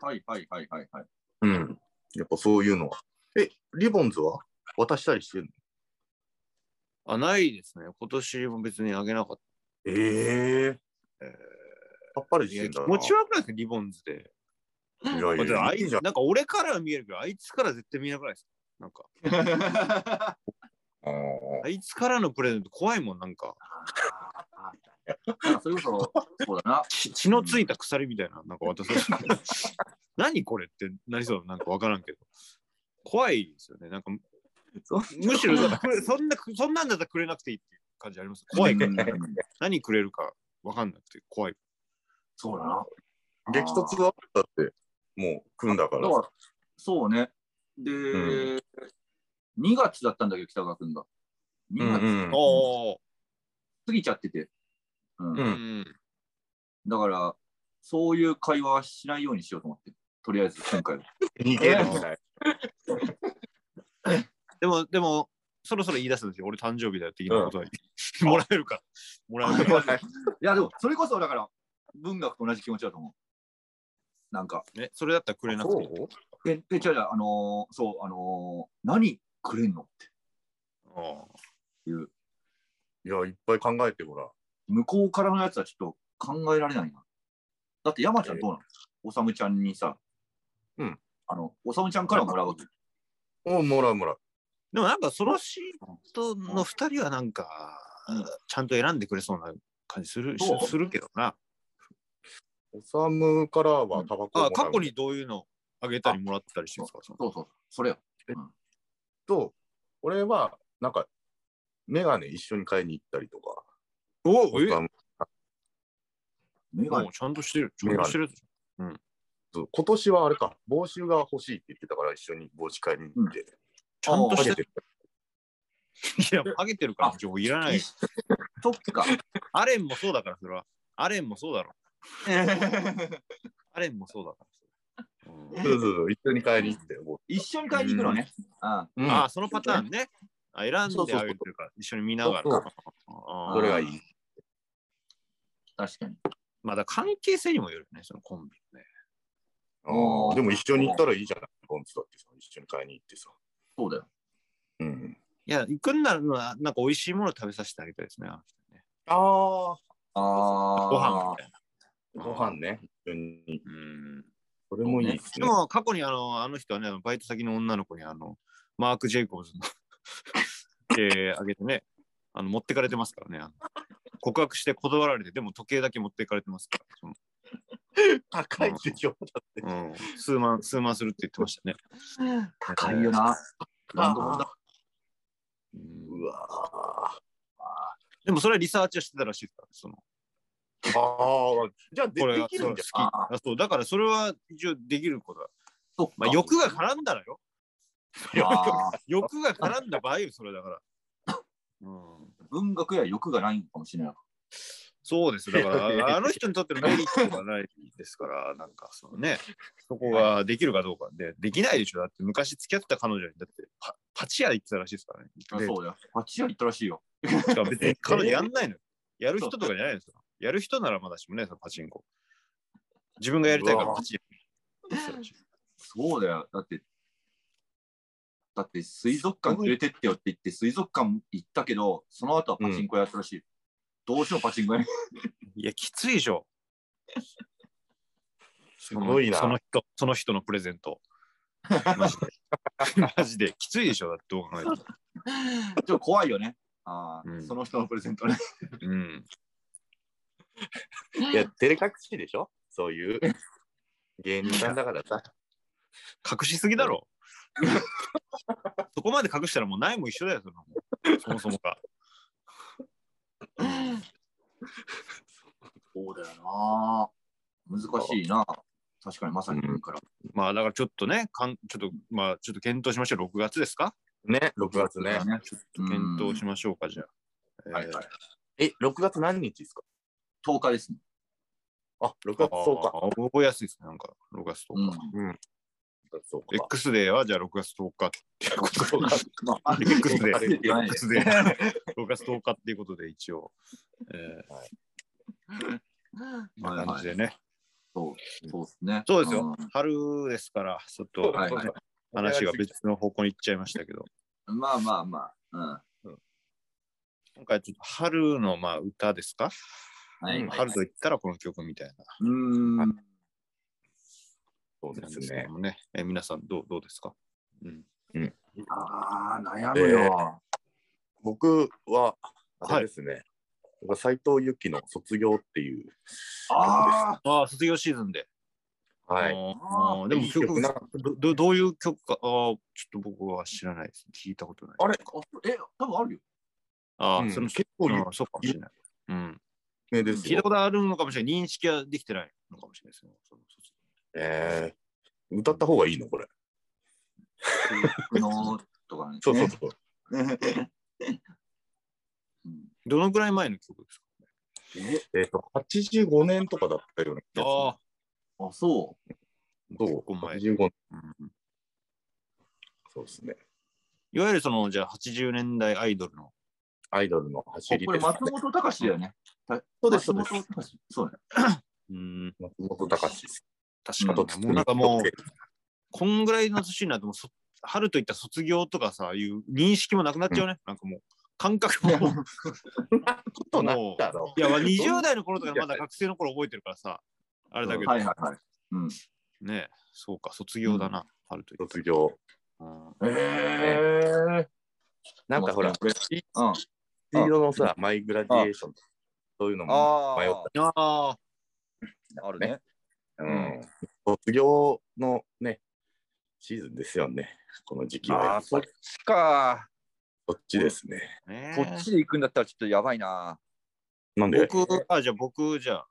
[SPEAKER 3] はいはいはいは
[SPEAKER 1] [LAUGHS]
[SPEAKER 3] いはい。
[SPEAKER 2] うん。やっぱそういうのは。え、リボンズは渡したりしてるの
[SPEAKER 1] あ、ないですね。今年も別にあげなかっ
[SPEAKER 2] ええ
[SPEAKER 1] た。え
[SPEAKER 2] やっぱり
[SPEAKER 1] ー
[SPEAKER 2] し
[SPEAKER 1] い
[SPEAKER 2] て
[SPEAKER 1] や
[SPEAKER 2] んだな。
[SPEAKER 1] 気持ち悪くないですか、リボンズで。
[SPEAKER 2] いやい
[SPEAKER 1] まあ
[SPEAKER 2] や
[SPEAKER 1] でもあい
[SPEAKER 2] いいじゃん。
[SPEAKER 1] なんか俺からは見えるけど、あいつから絶対見えなくないですか。なんか、
[SPEAKER 2] あー
[SPEAKER 1] あいつからのプレゼント怖いもん、なんか。
[SPEAKER 3] なんかそれこそ、そうだな。
[SPEAKER 1] 血血のついた鎖みたいな、なんか渡されて [LAUGHS] 何これってなりそう、なんかわからんけど。怖いですよね。なんか、
[SPEAKER 2] そ
[SPEAKER 1] むしろだからくれそんな、そんなんだったらくれなくていいっていう感じあります。怖いから、
[SPEAKER 3] うん
[SPEAKER 1] 何くれるかわかんなくて怖い。
[SPEAKER 3] そうだな。
[SPEAKER 2] 激突はだって、もう組んだか。
[SPEAKER 3] だからら、そうね。で、
[SPEAKER 2] う
[SPEAKER 3] 2月だったんだけど、北川君が。2
[SPEAKER 2] うん
[SPEAKER 3] 月
[SPEAKER 2] うん
[SPEAKER 1] おお。
[SPEAKER 3] 過ぎちゃってて、うん
[SPEAKER 2] うん
[SPEAKER 1] うん。
[SPEAKER 3] だから、そういう会話はしないようにしようと思って、とりあえず今回は。
[SPEAKER 2] 逃げるんだよ。
[SPEAKER 1] でも、でも、そろそろ言い出すんですよ。俺誕生日だよ的なことに。 [LAUGHS] もらえるか。もらえるか。
[SPEAKER 3] いや、でも、それこそ、だから、文学と同じ気持ちだと思う。なんか、
[SPEAKER 1] ね、それだったらくれなくていい。
[SPEAKER 2] そう
[SPEAKER 3] え、え、じゃあ、あのーそう、あのー何くれんのっ
[SPEAKER 1] あ
[SPEAKER 3] ていう、
[SPEAKER 2] いや、いっぱい考えてごらん。
[SPEAKER 3] 向こうからのやつはちょっと考えられないな。だって、山ちゃんどうなのおさむちゃんにさ、
[SPEAKER 2] うん。
[SPEAKER 3] あの、おさむちゃんからもらうわけ。
[SPEAKER 2] おもらうもらう。
[SPEAKER 1] でもなんかそのシートの2人はなんか、
[SPEAKER 3] うん
[SPEAKER 1] ちゃんと選んでくれそうな感じする
[SPEAKER 3] そう
[SPEAKER 1] するけどな。
[SPEAKER 2] おさむからはタバコをもら
[SPEAKER 1] あ
[SPEAKER 2] う。
[SPEAKER 1] 過去にどういうのあげたりもらったりしてますかその
[SPEAKER 3] そうそう、それよ。
[SPEAKER 2] と、俺は、なんか、メガネ一緒に買いに行ったりとか。
[SPEAKER 1] おおえ
[SPEAKER 2] おさむ
[SPEAKER 3] メガ
[SPEAKER 1] も
[SPEAKER 3] ネ
[SPEAKER 1] う。ちゃんとしてる。ちゃんとしてる。
[SPEAKER 2] そう今年はあれか、帽子が欲しいって言ってたから、一緒に帽子買いに行って。
[SPEAKER 1] ちゃんと
[SPEAKER 2] か
[SPEAKER 1] し
[SPEAKER 2] け
[SPEAKER 1] て
[SPEAKER 2] て
[SPEAKER 1] る。いや、ハゲてるから
[SPEAKER 3] あ
[SPEAKER 1] 情報いら [LAUGHS] ない。
[SPEAKER 3] そっか。
[SPEAKER 1] アレンもそうだから、それは。アレンもそうだろ。アレンもそうだからそれ。
[SPEAKER 2] そうそうそう、一緒に買いに行って。帽
[SPEAKER 3] 一緒に買いに行くのね。あ
[SPEAKER 2] 子うん
[SPEAKER 1] ああ、そのパターンね。あ選んであげてるから、一緒に見なが
[SPEAKER 2] そう
[SPEAKER 1] ら
[SPEAKER 2] そ。
[SPEAKER 1] ああ
[SPEAKER 2] どれがいい
[SPEAKER 3] 確かに。
[SPEAKER 1] まあだから関係性にもよるよね、そのコンビのね。
[SPEAKER 2] あーでも一緒に行ったらいいじゃない。コンツだってさ、一緒に買いに行ってさ。
[SPEAKER 3] そうだよ。
[SPEAKER 2] うん。
[SPEAKER 1] いや、行くんなら、なんか美味しいもの食べさせてあげたいですね。あの人ね
[SPEAKER 2] ああ。
[SPEAKER 3] ああ。
[SPEAKER 1] ご飯みたいな。
[SPEAKER 2] ご飯ね。一緒に。
[SPEAKER 1] うん
[SPEAKER 2] それもいいです
[SPEAKER 1] で
[SPEAKER 2] ね。
[SPEAKER 1] も過去にあのあの人はね、あのバイト先の女の子にあのマーク・ジェイコブズの [LAUGHS] えーあげてねあの、持ってかれてますからね。あの告白して断られて、でも時計だけ持ってかれてますから。その
[SPEAKER 2] 高いでしょ。
[SPEAKER 1] うん、数万、数万するって言ってましたね。
[SPEAKER 3] 高いよな。ランドもだ。
[SPEAKER 2] うわ
[SPEAKER 1] でもそれはリサーチはしてたらしいですから、その
[SPEAKER 2] ーああ、じゃあで
[SPEAKER 1] これ
[SPEAKER 2] で
[SPEAKER 1] が
[SPEAKER 2] き
[SPEAKER 1] そ
[SPEAKER 2] る
[SPEAKER 1] の
[SPEAKER 2] ん
[SPEAKER 1] 好
[SPEAKER 2] じ
[SPEAKER 1] き
[SPEAKER 2] ゃ
[SPEAKER 3] あ
[SPEAKER 1] あそう。だからそれは一応できることだ。
[SPEAKER 3] そっか。
[SPEAKER 1] まあ、欲が絡んだらよ。
[SPEAKER 3] あー
[SPEAKER 1] 欲が絡んだ場合よ、それだから。うん、
[SPEAKER 3] 文学や欲がないかもしれない。
[SPEAKER 1] そうです。だから、あの人にとってのメリットがないですから、なんか、そのね、そこができるかどうかで、できないでしょ。だって、昔付き合ってた彼女に、だってパ、パチ屋行ってたらしいですからね。
[SPEAKER 3] あそうだよ。八割行ったらしいよ。
[SPEAKER 1] しかも別に彼女やんないのよ。やる人とかじゃないですよ。やる人ならまだしもね、そのパチンコ。自分がやりたいからパチンコ行ってたらしい。
[SPEAKER 3] そうだよ。だって、だって水族館連れてってよって言って、水族館行ったけど、その後はパチンコやったらしい。どうしようパチ
[SPEAKER 1] [LAUGHS]
[SPEAKER 3] ンコや。
[SPEAKER 1] いや、きついでしょ。す
[SPEAKER 2] ごいな
[SPEAKER 1] その人、その人のプレゼント。マジで。マジで。きついでしょ、だってどう考えても。
[SPEAKER 3] ちょっと怖いよね。ああ、
[SPEAKER 1] うん
[SPEAKER 3] その人のプレゼン
[SPEAKER 1] [LAUGHS]
[SPEAKER 3] トね。
[SPEAKER 1] うん。
[SPEAKER 2] ん。いや、照れ隠しでしょそういう芸人さんだからさ。
[SPEAKER 1] 隠しすぎだ
[SPEAKER 3] [LAUGHS]
[SPEAKER 1] ろ。そこまで隠したらもうないも一緒だよ、そのそもそもが。うん
[SPEAKER 3] そうだよな。難しいな。確かにまさに言うから。
[SPEAKER 1] まあだからちょっとね、かんちょっと、まあちょっと検討しましょう。6月ですか
[SPEAKER 2] ね、6月ね。
[SPEAKER 1] ちょっと検討しましょうか、じゃあ。
[SPEAKER 3] はい
[SPEAKER 1] えー
[SPEAKER 3] はい。
[SPEAKER 2] え、6月何日ですか
[SPEAKER 3] 10日ですね。
[SPEAKER 2] あ、6月そうか。
[SPEAKER 1] あー覚えやすいですね、なんか、6月
[SPEAKER 3] う
[SPEAKER 1] 10
[SPEAKER 3] ん
[SPEAKER 1] 日。。
[SPEAKER 2] そうか。
[SPEAKER 1] X デーはじゃあ6月10日っていうこと
[SPEAKER 3] [LAUGHS]
[SPEAKER 1] が
[SPEAKER 3] まあ、
[SPEAKER 1] ビッグスで
[SPEAKER 3] あれって言わないで
[SPEAKER 1] X デー6月10日っていうことで一応、えー、こんな感じでね、
[SPEAKER 3] そう、そうですね。
[SPEAKER 1] そうですよ
[SPEAKER 3] ん。
[SPEAKER 1] 春ですから、ちょっと
[SPEAKER 3] はいはい
[SPEAKER 1] 話が別の方向に行っちゃいましたけど、
[SPEAKER 3] まあまあまあ。
[SPEAKER 1] 今回ちょっと春のまあ歌ですか、
[SPEAKER 3] うん。はい。
[SPEAKER 2] うん
[SPEAKER 1] 春と言ったらこの曲みたいな
[SPEAKER 3] うーん。
[SPEAKER 2] そう
[SPEAKER 1] 感じ
[SPEAKER 2] です
[SPEAKER 1] ですけ
[SPEAKER 2] ね
[SPEAKER 1] ど。もね、えー皆さんどうどうですか、うん、
[SPEAKER 3] ああ、悩むよ。
[SPEAKER 2] 僕は、
[SPEAKER 1] はい
[SPEAKER 2] あれですね。僕は斎藤由貴の卒業っていう。
[SPEAKER 3] ああ、
[SPEAKER 1] ああ、卒業シーズンで。
[SPEAKER 2] はい。
[SPEAKER 1] あー
[SPEAKER 3] あー
[SPEAKER 1] あーでも
[SPEAKER 2] いい曲
[SPEAKER 1] 曲
[SPEAKER 2] な
[SPEAKER 1] どど、どういう曲か、ああ、ちょっと僕は知らないです。聞いたことない。
[SPEAKER 2] あれ
[SPEAKER 3] え、多分あ
[SPEAKER 2] [LAUGHS]
[SPEAKER 3] るよ。
[SPEAKER 1] ああ、
[SPEAKER 2] うん
[SPEAKER 1] その
[SPEAKER 2] 結構有
[SPEAKER 1] うんそうかもしれない。うん。
[SPEAKER 2] 名です
[SPEAKER 1] 聞い
[SPEAKER 2] よ
[SPEAKER 1] た。ことあるのかもしれない。認識はできてないのかもしれないですね。その卒
[SPEAKER 2] えー、歌った方がいいのこれ。
[SPEAKER 3] のとかね。
[SPEAKER 2] そうそうそう。
[SPEAKER 3] うん。
[SPEAKER 1] どのくらい前の曲ですか
[SPEAKER 3] え
[SPEAKER 2] えっ、と、85年とかだったような気がする。
[SPEAKER 1] ああ、
[SPEAKER 3] あ、そ
[SPEAKER 2] そう、
[SPEAKER 1] 結構前
[SPEAKER 2] 85年。
[SPEAKER 1] うん
[SPEAKER 2] そうですね。
[SPEAKER 1] いわゆるその、じゃあ80年代アイドルの。
[SPEAKER 2] アイドルの走
[SPEAKER 3] う。
[SPEAKER 2] り
[SPEAKER 3] こ
[SPEAKER 2] で
[SPEAKER 3] れ
[SPEAKER 2] す、ね。
[SPEAKER 3] 松本隆だよね。
[SPEAKER 2] そうです、そうです
[SPEAKER 3] 松。本隆。そうだね。
[SPEAKER 1] うん、
[SPEAKER 2] 松本隆です。
[SPEAKER 1] 確
[SPEAKER 2] あと、
[SPEAKER 1] かに、もうなんかもう、こんぐらいの年になってもうそ、春といったら卒業とかさ、いう認識もなくなっちゃうね。なんかもう、感覚も。
[SPEAKER 2] となったろ
[SPEAKER 1] いや、まあ20代の頃とかまだ学生の頃覚えてるからさ、あれだけど、
[SPEAKER 3] はいはいはい。うん。
[SPEAKER 1] ね、そうか、卒業だな、春といった
[SPEAKER 2] 卒業。
[SPEAKER 1] ら。うん
[SPEAKER 3] ええ。
[SPEAKER 2] なんかほら、
[SPEAKER 3] うん
[SPEAKER 2] 黄
[SPEAKER 3] うん。
[SPEAKER 2] 色のさ、マイグラディエーションとか、そういうのも、
[SPEAKER 4] ああ、
[SPEAKER 2] 迷っ
[SPEAKER 1] ああ、
[SPEAKER 4] あるね。
[SPEAKER 2] うん、卒業のね、シーズンですよね。この時期は
[SPEAKER 4] あ
[SPEAKER 2] や
[SPEAKER 4] あ、
[SPEAKER 2] っ
[SPEAKER 4] そ
[SPEAKER 2] ぱ
[SPEAKER 4] っ
[SPEAKER 2] り。
[SPEAKER 4] ちか。
[SPEAKER 2] そっちですね。
[SPEAKER 1] ね
[SPEAKER 4] こっちで行くんだったらちょっとやばいな。
[SPEAKER 2] なんで、
[SPEAKER 1] 僕、あ、じゃあ僕、じゃあ、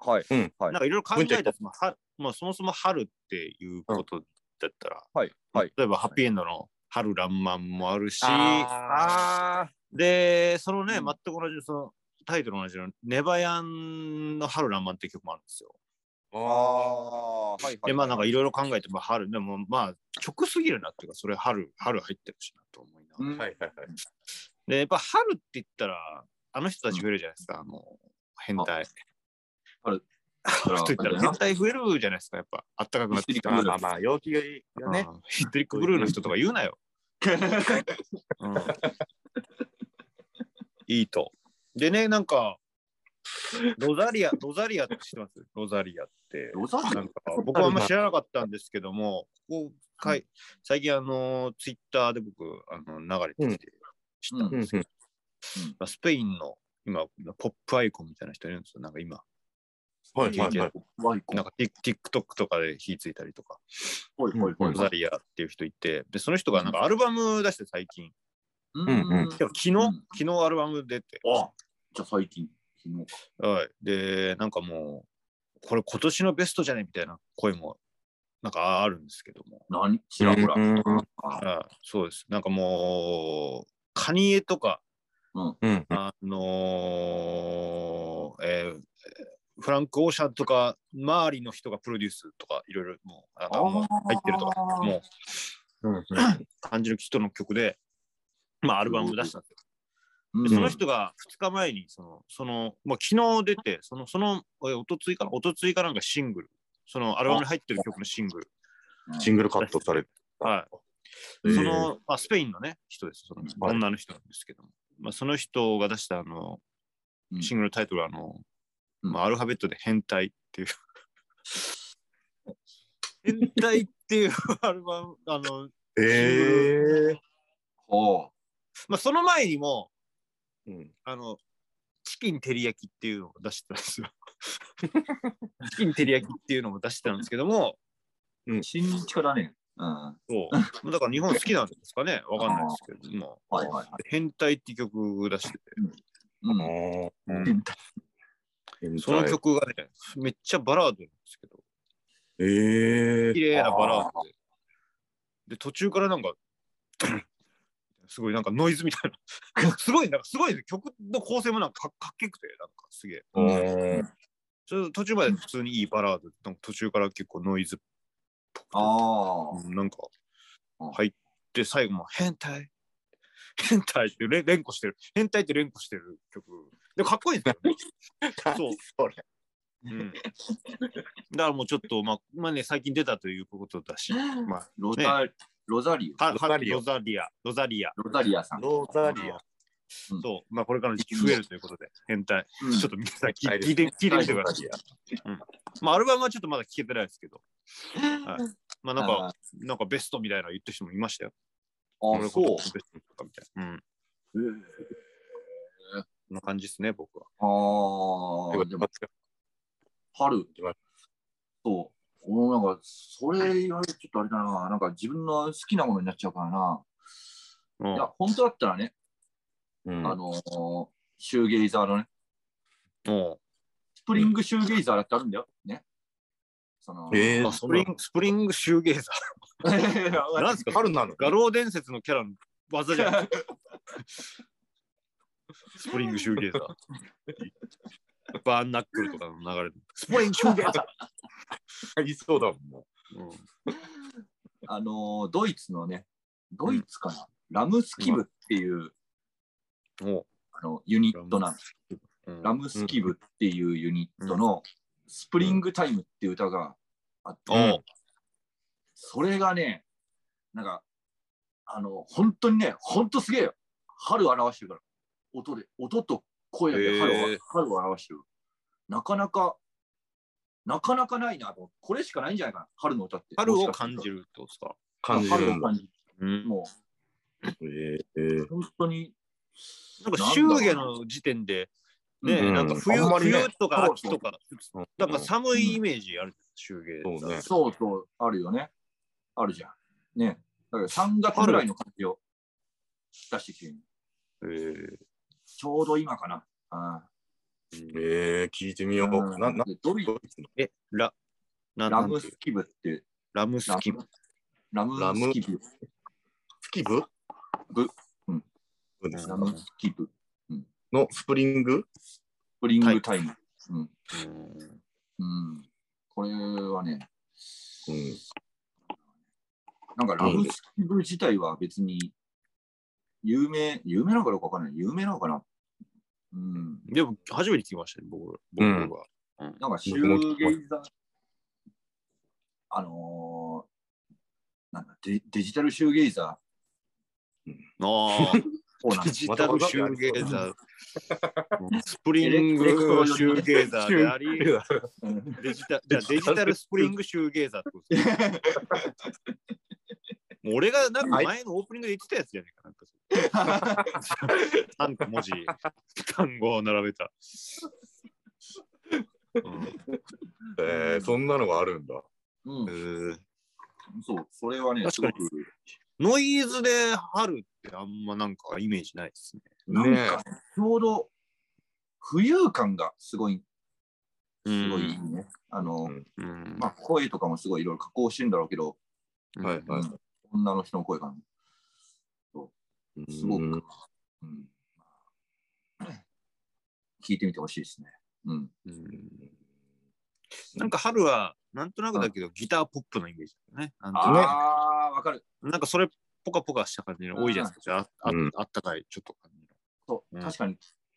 [SPEAKER 4] はい。
[SPEAKER 2] うん
[SPEAKER 4] は
[SPEAKER 1] ないん。かいろいろ考えたそのは、まあ、そもそも春っていうことだったら、
[SPEAKER 4] はい。はい。
[SPEAKER 1] 例えばハッピーエンドの春らんまんもあるし、
[SPEAKER 2] あ
[SPEAKER 4] ああ、
[SPEAKER 1] で、そのね、
[SPEAKER 4] うん
[SPEAKER 1] 全く同じ、そのタイトル同じの、ネバヤンの春らんまんっていう曲もあるんですよ。
[SPEAKER 2] あ
[SPEAKER 4] ああ、はいはい。
[SPEAKER 1] で、まあなんかいろいろ考えて、まあ、春、でもまあ曲すぎるなっていうか、それ春、春入ってるしなと思いながら。
[SPEAKER 3] う
[SPEAKER 2] ー
[SPEAKER 3] ん
[SPEAKER 2] はいはいはい。
[SPEAKER 1] で、やっぱ春って言ったら、あの人たち増えるじゃないですか、あの、変態。
[SPEAKER 3] 春。
[SPEAKER 1] 春と言ったら変態増えるじゃないですか、やっぱ。あったかくなってきた
[SPEAKER 2] まあまあまあ、陽気がいいよね。
[SPEAKER 1] うんヒステリックブルーの人とか言うなよ。うんいいと。でね、なんか、ロザリア、ロザリアって知ってますロザリアって。
[SPEAKER 3] ロザリ
[SPEAKER 1] なん
[SPEAKER 2] [LAUGHS]
[SPEAKER 1] か僕はあんま知らなかったんですけども、ここかい最近あの、ツイッターで僕、あの流れてきて知ったん
[SPEAKER 2] うんう
[SPEAKER 1] ですけど、
[SPEAKER 2] ん
[SPEAKER 1] まあスペインの今、ポップアイコンみたいな人いるんですよ、なんか今。
[SPEAKER 2] はいはいはい。
[SPEAKER 3] ワイコン。
[SPEAKER 1] なんか Tik- TikTok とかで火ついたりとか、
[SPEAKER 3] ほいほいほい
[SPEAKER 1] ロザリアっていう人いて、で、その人がなんかアルバム出して最近、
[SPEAKER 3] うん
[SPEAKER 2] うん
[SPEAKER 1] [LAUGHS] でも昨日、
[SPEAKER 3] うん
[SPEAKER 1] 昨日アルバム出て、
[SPEAKER 3] あ、じゃあ最近。昨日
[SPEAKER 1] はい、で、なんかもう、これ今年のベストじゃねみたいな声も、なんかあるんですけども、
[SPEAKER 3] 何ちらほら。
[SPEAKER 2] うん
[SPEAKER 3] あ
[SPEAKER 1] はいそうです。なんかもう、カニエとか、
[SPEAKER 2] うん
[SPEAKER 1] あのーえーフランク・オーシャンとか、周りの人がプロデュースとか、いろいろもう、なんかもう入ってるとか、もう、
[SPEAKER 2] うん
[SPEAKER 1] 感じる人の曲で、まあ、アルバムを出したんですよ
[SPEAKER 3] うん
[SPEAKER 1] でその人が2日前にその、その、まあ、昨日出て、その、その、えおとついかな、おとついかなんかシングル、そのアルバムに入ってる曲のシングル、
[SPEAKER 2] シングルカットされて。
[SPEAKER 1] は
[SPEAKER 2] えー
[SPEAKER 1] その、まあ、スペインのね、人です、その
[SPEAKER 2] はい
[SPEAKER 1] 女の人なんですけども、まあ、その人が出したあの
[SPEAKER 3] う、ん
[SPEAKER 1] シングルタイトルは、あの、
[SPEAKER 3] うん
[SPEAKER 1] まあ、アルファベットで変態っていう。変態っていうアルバム、あの、
[SPEAKER 2] え
[SPEAKER 3] ほ
[SPEAKER 1] まあ、その前にも、
[SPEAKER 2] ーうん
[SPEAKER 1] あの、チキン照り焼きっていうのを出してたんですよ。チキン照り焼きっていうのも出してたんですけども、
[SPEAKER 3] う新日からね。うん。は
[SPEAKER 1] そう。だから日本好きなんですかねわかんないですけども。
[SPEAKER 3] いはいはい。
[SPEAKER 1] 変態って曲出してて、
[SPEAKER 3] うん
[SPEAKER 2] あー
[SPEAKER 3] 変
[SPEAKER 2] うん
[SPEAKER 1] その曲がね、めっちゃバラードなんですけど、
[SPEAKER 2] えー
[SPEAKER 1] 綺麗なバラードで。で、途中からなん [COUGHS] か、すごいなんかノイズみたいな。 [LAUGHS] すごい、なんかすごいです曲の構成もなんかかかっけくて、なんかすげえ。
[SPEAKER 2] うーん
[SPEAKER 1] ちょっと途中まで普通にいいバラード、なんか途中から結構ノイズっぽくて。
[SPEAKER 3] ああ。
[SPEAKER 1] なんか
[SPEAKER 3] うん、
[SPEAKER 1] 入って、最後も変態、変態って連連呼してる、変態って連呼してる曲。でもかっこいいんですけどね。そう。
[SPEAKER 2] それ
[SPEAKER 1] うん、だからもうちょっと、まあ、まあね、最近出たということだし、まあ、
[SPEAKER 3] ロザロザリ
[SPEAKER 1] は
[SPEAKER 2] ロザリア
[SPEAKER 1] ロザリア、ロザリア。
[SPEAKER 3] オ。ロザリアさん。
[SPEAKER 2] ロザリア。
[SPEAKER 3] うん
[SPEAKER 1] そう、まあ、これからの時期増えるということで、変態。
[SPEAKER 3] うん
[SPEAKER 1] ちょっと皆さん聞
[SPEAKER 2] 変態です
[SPEAKER 1] 聞いて、聞いてみてく
[SPEAKER 2] ロ
[SPEAKER 1] だ
[SPEAKER 2] ザ
[SPEAKER 1] さい。
[SPEAKER 2] リア
[SPEAKER 1] まあ、アルバムはちょっとまだ聞けてないですけど、はいまあ、なん
[SPEAKER 3] あ
[SPEAKER 1] か、なんかベストみたいなの言ってる人もいましたよ。
[SPEAKER 3] あ、
[SPEAKER 1] 俺の
[SPEAKER 3] そ
[SPEAKER 1] ことベストとかみたいな。うん。
[SPEAKER 3] う。
[SPEAKER 1] こんな感じですね、僕は。
[SPEAKER 3] ああ、でも春。そう。俺なんか、それ言われてちょっとあれだな。なんか自分の好きなものになっちゃうからな。
[SPEAKER 1] うん
[SPEAKER 3] いや、本当だったらね、
[SPEAKER 2] うん
[SPEAKER 3] あのー、シューゲイザーのね、
[SPEAKER 1] も
[SPEAKER 3] スプリングシューゲイザーだってあるんだよ。ね。その、 [LAUGHS]
[SPEAKER 2] え
[SPEAKER 1] う
[SPEAKER 2] ー
[SPEAKER 1] あスプリング、スプリングシューゲーザ [LAUGHS] ー。なんですか
[SPEAKER 2] 春なの
[SPEAKER 1] 画廊伝説のキャラの技じ [LAUGHS] [LAUGHS] ゃないスプリングシューゲーザー。バーンナックルとかの流れ。スプリングシューゲーとか。
[SPEAKER 2] 言いそうだもんも
[SPEAKER 1] うん
[SPEAKER 3] あのードイツのね、ドイツかな、ラムスキブっていう
[SPEAKER 1] も
[SPEAKER 3] あのユニットなんです。
[SPEAKER 1] う、うん
[SPEAKER 3] ラムスキブっていうユニットの、スプリングタイムっていう歌があって、
[SPEAKER 1] うんおう
[SPEAKER 3] それがね、なんか、あの、本当にね、本当すげえよ。春を表してるから。音で、音と声で春を,、
[SPEAKER 1] へえ
[SPEAKER 3] 春を表してる。なかなか、なかなかないなと思って。これしかないんじゃないかな、春の歌って。
[SPEAKER 1] 春を感じ
[SPEAKER 3] る。
[SPEAKER 1] るってことですか。
[SPEAKER 2] 感じ
[SPEAKER 3] 春
[SPEAKER 2] る
[SPEAKER 3] を
[SPEAKER 2] んだ。
[SPEAKER 3] 感じる。
[SPEAKER 1] うん
[SPEAKER 3] も
[SPEAKER 2] ええー
[SPEAKER 3] う、本当に。
[SPEAKER 1] なんか
[SPEAKER 3] だろう
[SPEAKER 1] 祝儀の時点で、ね、
[SPEAKER 2] うん
[SPEAKER 1] なんか冬,、
[SPEAKER 2] あんまりね
[SPEAKER 1] 冬とか秋とか、
[SPEAKER 2] そう
[SPEAKER 1] なんか寒いイメージある祝儀。
[SPEAKER 2] そうね。
[SPEAKER 3] そうそう、あるよね。あるじゃん。ね。だから3月ぐらいの感じを出してきてる。ちょうど今かな。あ
[SPEAKER 2] ええ聞いてみ
[SPEAKER 3] あ
[SPEAKER 2] よう。な、な、
[SPEAKER 3] でドイ
[SPEAKER 2] ドイツの
[SPEAKER 1] え、ラ、な
[SPEAKER 3] ラ
[SPEAKER 1] なん
[SPEAKER 3] ム
[SPEAKER 1] ていう
[SPEAKER 3] スキブって、
[SPEAKER 1] ラムスキブ。
[SPEAKER 3] ラムスキブ。
[SPEAKER 2] スキブ
[SPEAKER 3] ブうん
[SPEAKER 2] そうです
[SPEAKER 3] ラ
[SPEAKER 2] か
[SPEAKER 3] ムスキブ。
[SPEAKER 2] のスプリング
[SPEAKER 3] スプリングタイム。うん。
[SPEAKER 1] うん
[SPEAKER 3] うん。これはね、
[SPEAKER 2] うん。
[SPEAKER 3] なんかラムスキブ自体は別に有名、有名なのかどうかわかんない。有名なのかな。うん。
[SPEAKER 1] でも、初めて聞きましたね、僕僕
[SPEAKER 2] うん
[SPEAKER 1] は。
[SPEAKER 3] なんかシューゲイザー、あのー、なんだデ、デジタルシューゲイザ
[SPEAKER 1] あ
[SPEAKER 3] ーを
[SPEAKER 1] あ、 [LAUGHS]
[SPEAKER 3] なん
[SPEAKER 1] デ
[SPEAKER 3] か
[SPEAKER 1] ジタルシューゲーザー、うんスプリン
[SPEAKER 3] エレクトロ
[SPEAKER 1] グ
[SPEAKER 3] 寄り
[SPEAKER 1] シューゲーザーであり、
[SPEAKER 3] うん
[SPEAKER 1] デジタじゃあデジタルスプリングシューゲーザーってこと
[SPEAKER 3] [LAUGHS]
[SPEAKER 1] ですねもう俺がなんか前のオープニングで言ってたやつじゃないかなんか3個文字、単語を並べた。うん
[SPEAKER 2] ええそんなのがあるんだ。
[SPEAKER 3] うん
[SPEAKER 1] えー
[SPEAKER 3] そう、それはね、す
[SPEAKER 1] 確か
[SPEAKER 3] ご
[SPEAKER 1] に
[SPEAKER 3] く、
[SPEAKER 1] ノイズで春ってあんまなんかイメージないですね。
[SPEAKER 3] なんかちょうど浮遊感がすごい、すごいね。あの、
[SPEAKER 2] うん
[SPEAKER 1] うん
[SPEAKER 3] まあ、声とかもすごいいろいろ加工してんだろうけど、
[SPEAKER 2] はいはい
[SPEAKER 3] うん女の人の声がすごく、うん、聞いてみてほしいですね。うん。
[SPEAKER 1] うんなんか春はなんとなくだけどギターポップのイメージだよね。なんとな
[SPEAKER 3] ああ、わかる。
[SPEAKER 1] くなんかそれポカポカした感じの多いじゃないですか。ああ
[SPEAKER 2] うん
[SPEAKER 1] あったかいちょっと感じの。
[SPEAKER 3] そう、
[SPEAKER 1] うん
[SPEAKER 3] 確かに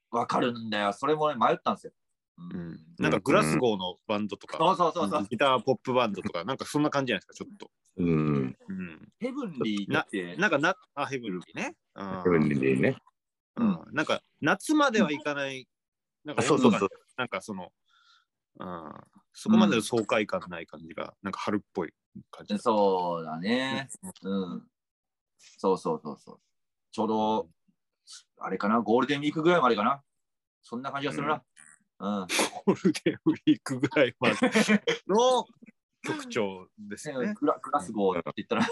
[SPEAKER 3] わかるんだよ。それもね、迷ったんですよ。う
[SPEAKER 1] うんなんかグラスゴーのバンドとか、
[SPEAKER 3] そうそうそうそう。
[SPEAKER 1] ギターポップバンドとか、なんかそんな感じじゃないですか、ちょっと。
[SPEAKER 2] うん。
[SPEAKER 1] うん、
[SPEAKER 3] ヘブンリーって、
[SPEAKER 1] なんかな、あ、ヘブンリーね。うん
[SPEAKER 2] ヘブンリーね。
[SPEAKER 1] うん、なんか夏まではいかない、なんか
[SPEAKER 2] あそうそうそう。
[SPEAKER 1] なんかその、うん、そこまでの爽快感ない感じが、なんか春っぽい感じ。
[SPEAKER 3] そうだね。うん。そうそうそうそう。ちょうど、あれかな、ゴールデンウィークぐらいまでかな。そんな感じがするな。うん。
[SPEAKER 1] ゴールデンウィークぐらいまでの特徴ですよね。
[SPEAKER 3] グラグラスゴーって言ったら、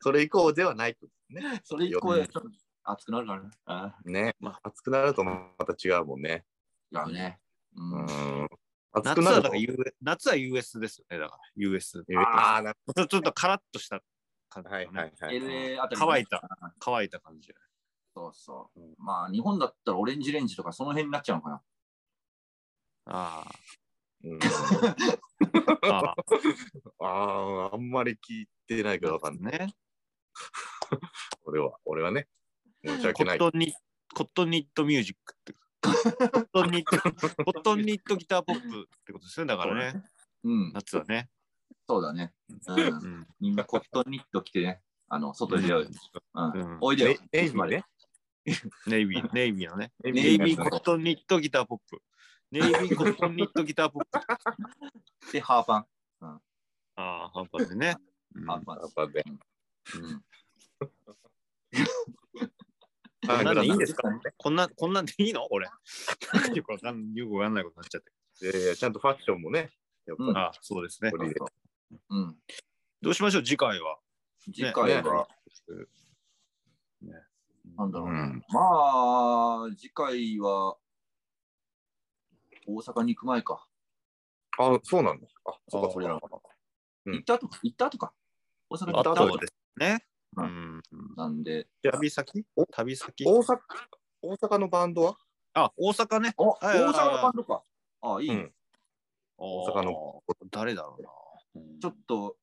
[SPEAKER 2] それ以降ではないとね。
[SPEAKER 3] それ以降でちょっと熱くなるからね。あ
[SPEAKER 2] ね。まあ、暑くなるとまた違うもんね。
[SPEAKER 3] だよね。
[SPEAKER 2] う
[SPEAKER 3] うん。
[SPEAKER 2] ん。暑
[SPEAKER 1] 夏
[SPEAKER 2] く
[SPEAKER 1] は
[SPEAKER 2] な
[SPEAKER 1] だ
[SPEAKER 2] る
[SPEAKER 1] か
[SPEAKER 2] と
[SPEAKER 1] ら。U- 夏は US ですよね、だから US。ち
[SPEAKER 2] ああ、なる
[SPEAKER 1] ょちょっとカラッとした感じ、
[SPEAKER 2] ほど。はいはいはい。
[SPEAKER 3] LA あたりね、
[SPEAKER 1] 乾いた乾いた感じ。
[SPEAKER 3] そうそう。まあ、日本だったらオレンジレンジとかその辺になっちゃうのかな。
[SPEAKER 1] あ
[SPEAKER 2] うん
[SPEAKER 1] ー
[SPEAKER 2] [LAUGHS]
[SPEAKER 1] あー、
[SPEAKER 2] ああ、あんまり聞いてないからわかんない。
[SPEAKER 1] ね。
[SPEAKER 2] 俺は、俺はね。申し
[SPEAKER 1] コ
[SPEAKER 2] 訳な
[SPEAKER 1] ッ
[SPEAKER 2] い。
[SPEAKER 1] トンニコットンニットミュージックって。コットンニ
[SPEAKER 2] [LAUGHS]
[SPEAKER 1] ット、コットンニットギターポップってことですね。だからね、
[SPEAKER 3] うん。
[SPEAKER 1] 夏はね。
[SPEAKER 3] そうだね。うん
[SPEAKER 1] う。ん。
[SPEAKER 3] みんなコットンニット着てね、あの、外で出会う。うん
[SPEAKER 1] うん
[SPEAKER 3] おいでよ
[SPEAKER 2] ネ。ネイビーね。
[SPEAKER 1] ネイビー、ネイビーのね。
[SPEAKER 2] ネ
[SPEAKER 1] ネイビー
[SPEAKER 2] の
[SPEAKER 1] コ
[SPEAKER 2] や
[SPEAKER 1] ットンニットギターポップ。ネイビーコットンニットギターポップ。
[SPEAKER 3] で、ハーパン。
[SPEAKER 1] ああ、半端でね。うん
[SPEAKER 3] ハーパン。
[SPEAKER 2] っぱね。
[SPEAKER 3] うん
[SPEAKER 1] こんなんでいいんですか
[SPEAKER 3] うん
[SPEAKER 1] こんな、こんなんでいいの俺。 [LAUGHS] なんかよくわかんよくわかんないことになっちゃって。
[SPEAKER 2] いやいやちゃんとファッションもね。やっぱり
[SPEAKER 1] ああ、 [LAUGHS] そうですね
[SPEAKER 2] こ。れ
[SPEAKER 3] うん。
[SPEAKER 1] どうしましょう、次回は。
[SPEAKER 3] 次回は、なんだろう。まあ、次回は、大阪に行く前か。
[SPEAKER 2] あ、そうなんだ。あ、そうか、
[SPEAKER 1] あ
[SPEAKER 2] そうか。うん
[SPEAKER 3] 行った後か。行った後か。大阪に行
[SPEAKER 1] あ
[SPEAKER 3] った
[SPEAKER 1] と
[SPEAKER 3] 後
[SPEAKER 1] ですね。
[SPEAKER 3] う
[SPEAKER 1] うん。
[SPEAKER 3] なんで、
[SPEAKER 1] 旅先
[SPEAKER 2] お
[SPEAKER 1] 旅先
[SPEAKER 2] 大阪、大阪のバンドは
[SPEAKER 1] あ、大阪ね。
[SPEAKER 3] お、
[SPEAKER 1] はいはい
[SPEAKER 3] 大阪のバンドか。あ、いい、
[SPEAKER 2] うん
[SPEAKER 1] 大
[SPEAKER 2] 阪
[SPEAKER 1] の。誰だろうな。
[SPEAKER 3] ちょっと、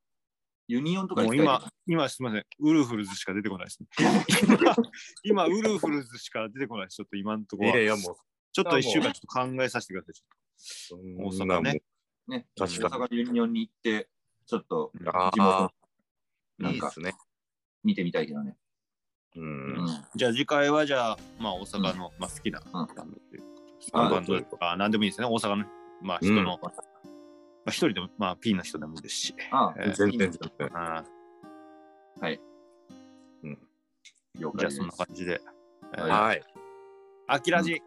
[SPEAKER 3] ユニオンとか
[SPEAKER 1] も
[SPEAKER 3] 行
[SPEAKER 1] う
[SPEAKER 3] きたいね
[SPEAKER 1] 今、今すみません、ウルフルズしか出てこないですね。 [LAUGHS] 今、今ウルフルズしか出てこないです。ちょっと今のとこ
[SPEAKER 2] い
[SPEAKER 1] ろ
[SPEAKER 2] やい
[SPEAKER 1] は。
[SPEAKER 2] や、もう、
[SPEAKER 1] ちょっと一週間ちょっと考えさせてください。ちょっ
[SPEAKER 2] そ
[SPEAKER 1] 大
[SPEAKER 2] ん
[SPEAKER 1] 阪
[SPEAKER 2] なもん
[SPEAKER 1] ね。
[SPEAKER 3] ね、大
[SPEAKER 2] 確かに
[SPEAKER 3] 阪のユニオンに行って、ちょっと
[SPEAKER 2] あ
[SPEAKER 3] 地元
[SPEAKER 2] あ、
[SPEAKER 3] ないん
[SPEAKER 2] いで
[SPEAKER 3] か
[SPEAKER 2] すね。
[SPEAKER 3] 見てみたいけどね。
[SPEAKER 2] う
[SPEAKER 3] うん
[SPEAKER 2] ん。
[SPEAKER 1] とじゃあ次回は、じゃあ、まあ大阪の、まあ好きなバンドっていうか
[SPEAKER 3] うん
[SPEAKER 1] バンドとか、なんでもいいですね。大阪の、まあ人の、まあ一人でも、まあピンの人でもいいですし。
[SPEAKER 3] あ
[SPEAKER 1] えー
[SPEAKER 2] 全然全然。
[SPEAKER 1] あ
[SPEAKER 3] 了
[SPEAKER 1] ーじゃ
[SPEAKER 3] 解
[SPEAKER 1] あ
[SPEAKER 3] です
[SPEAKER 1] そんな感じで。えー
[SPEAKER 2] はい。
[SPEAKER 1] アキラジ、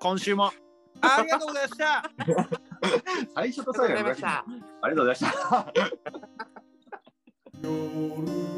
[SPEAKER 1] 今週もありがとうございました
[SPEAKER 3] 最初と最後の裏切りありがとうございました。
[SPEAKER 5] 夜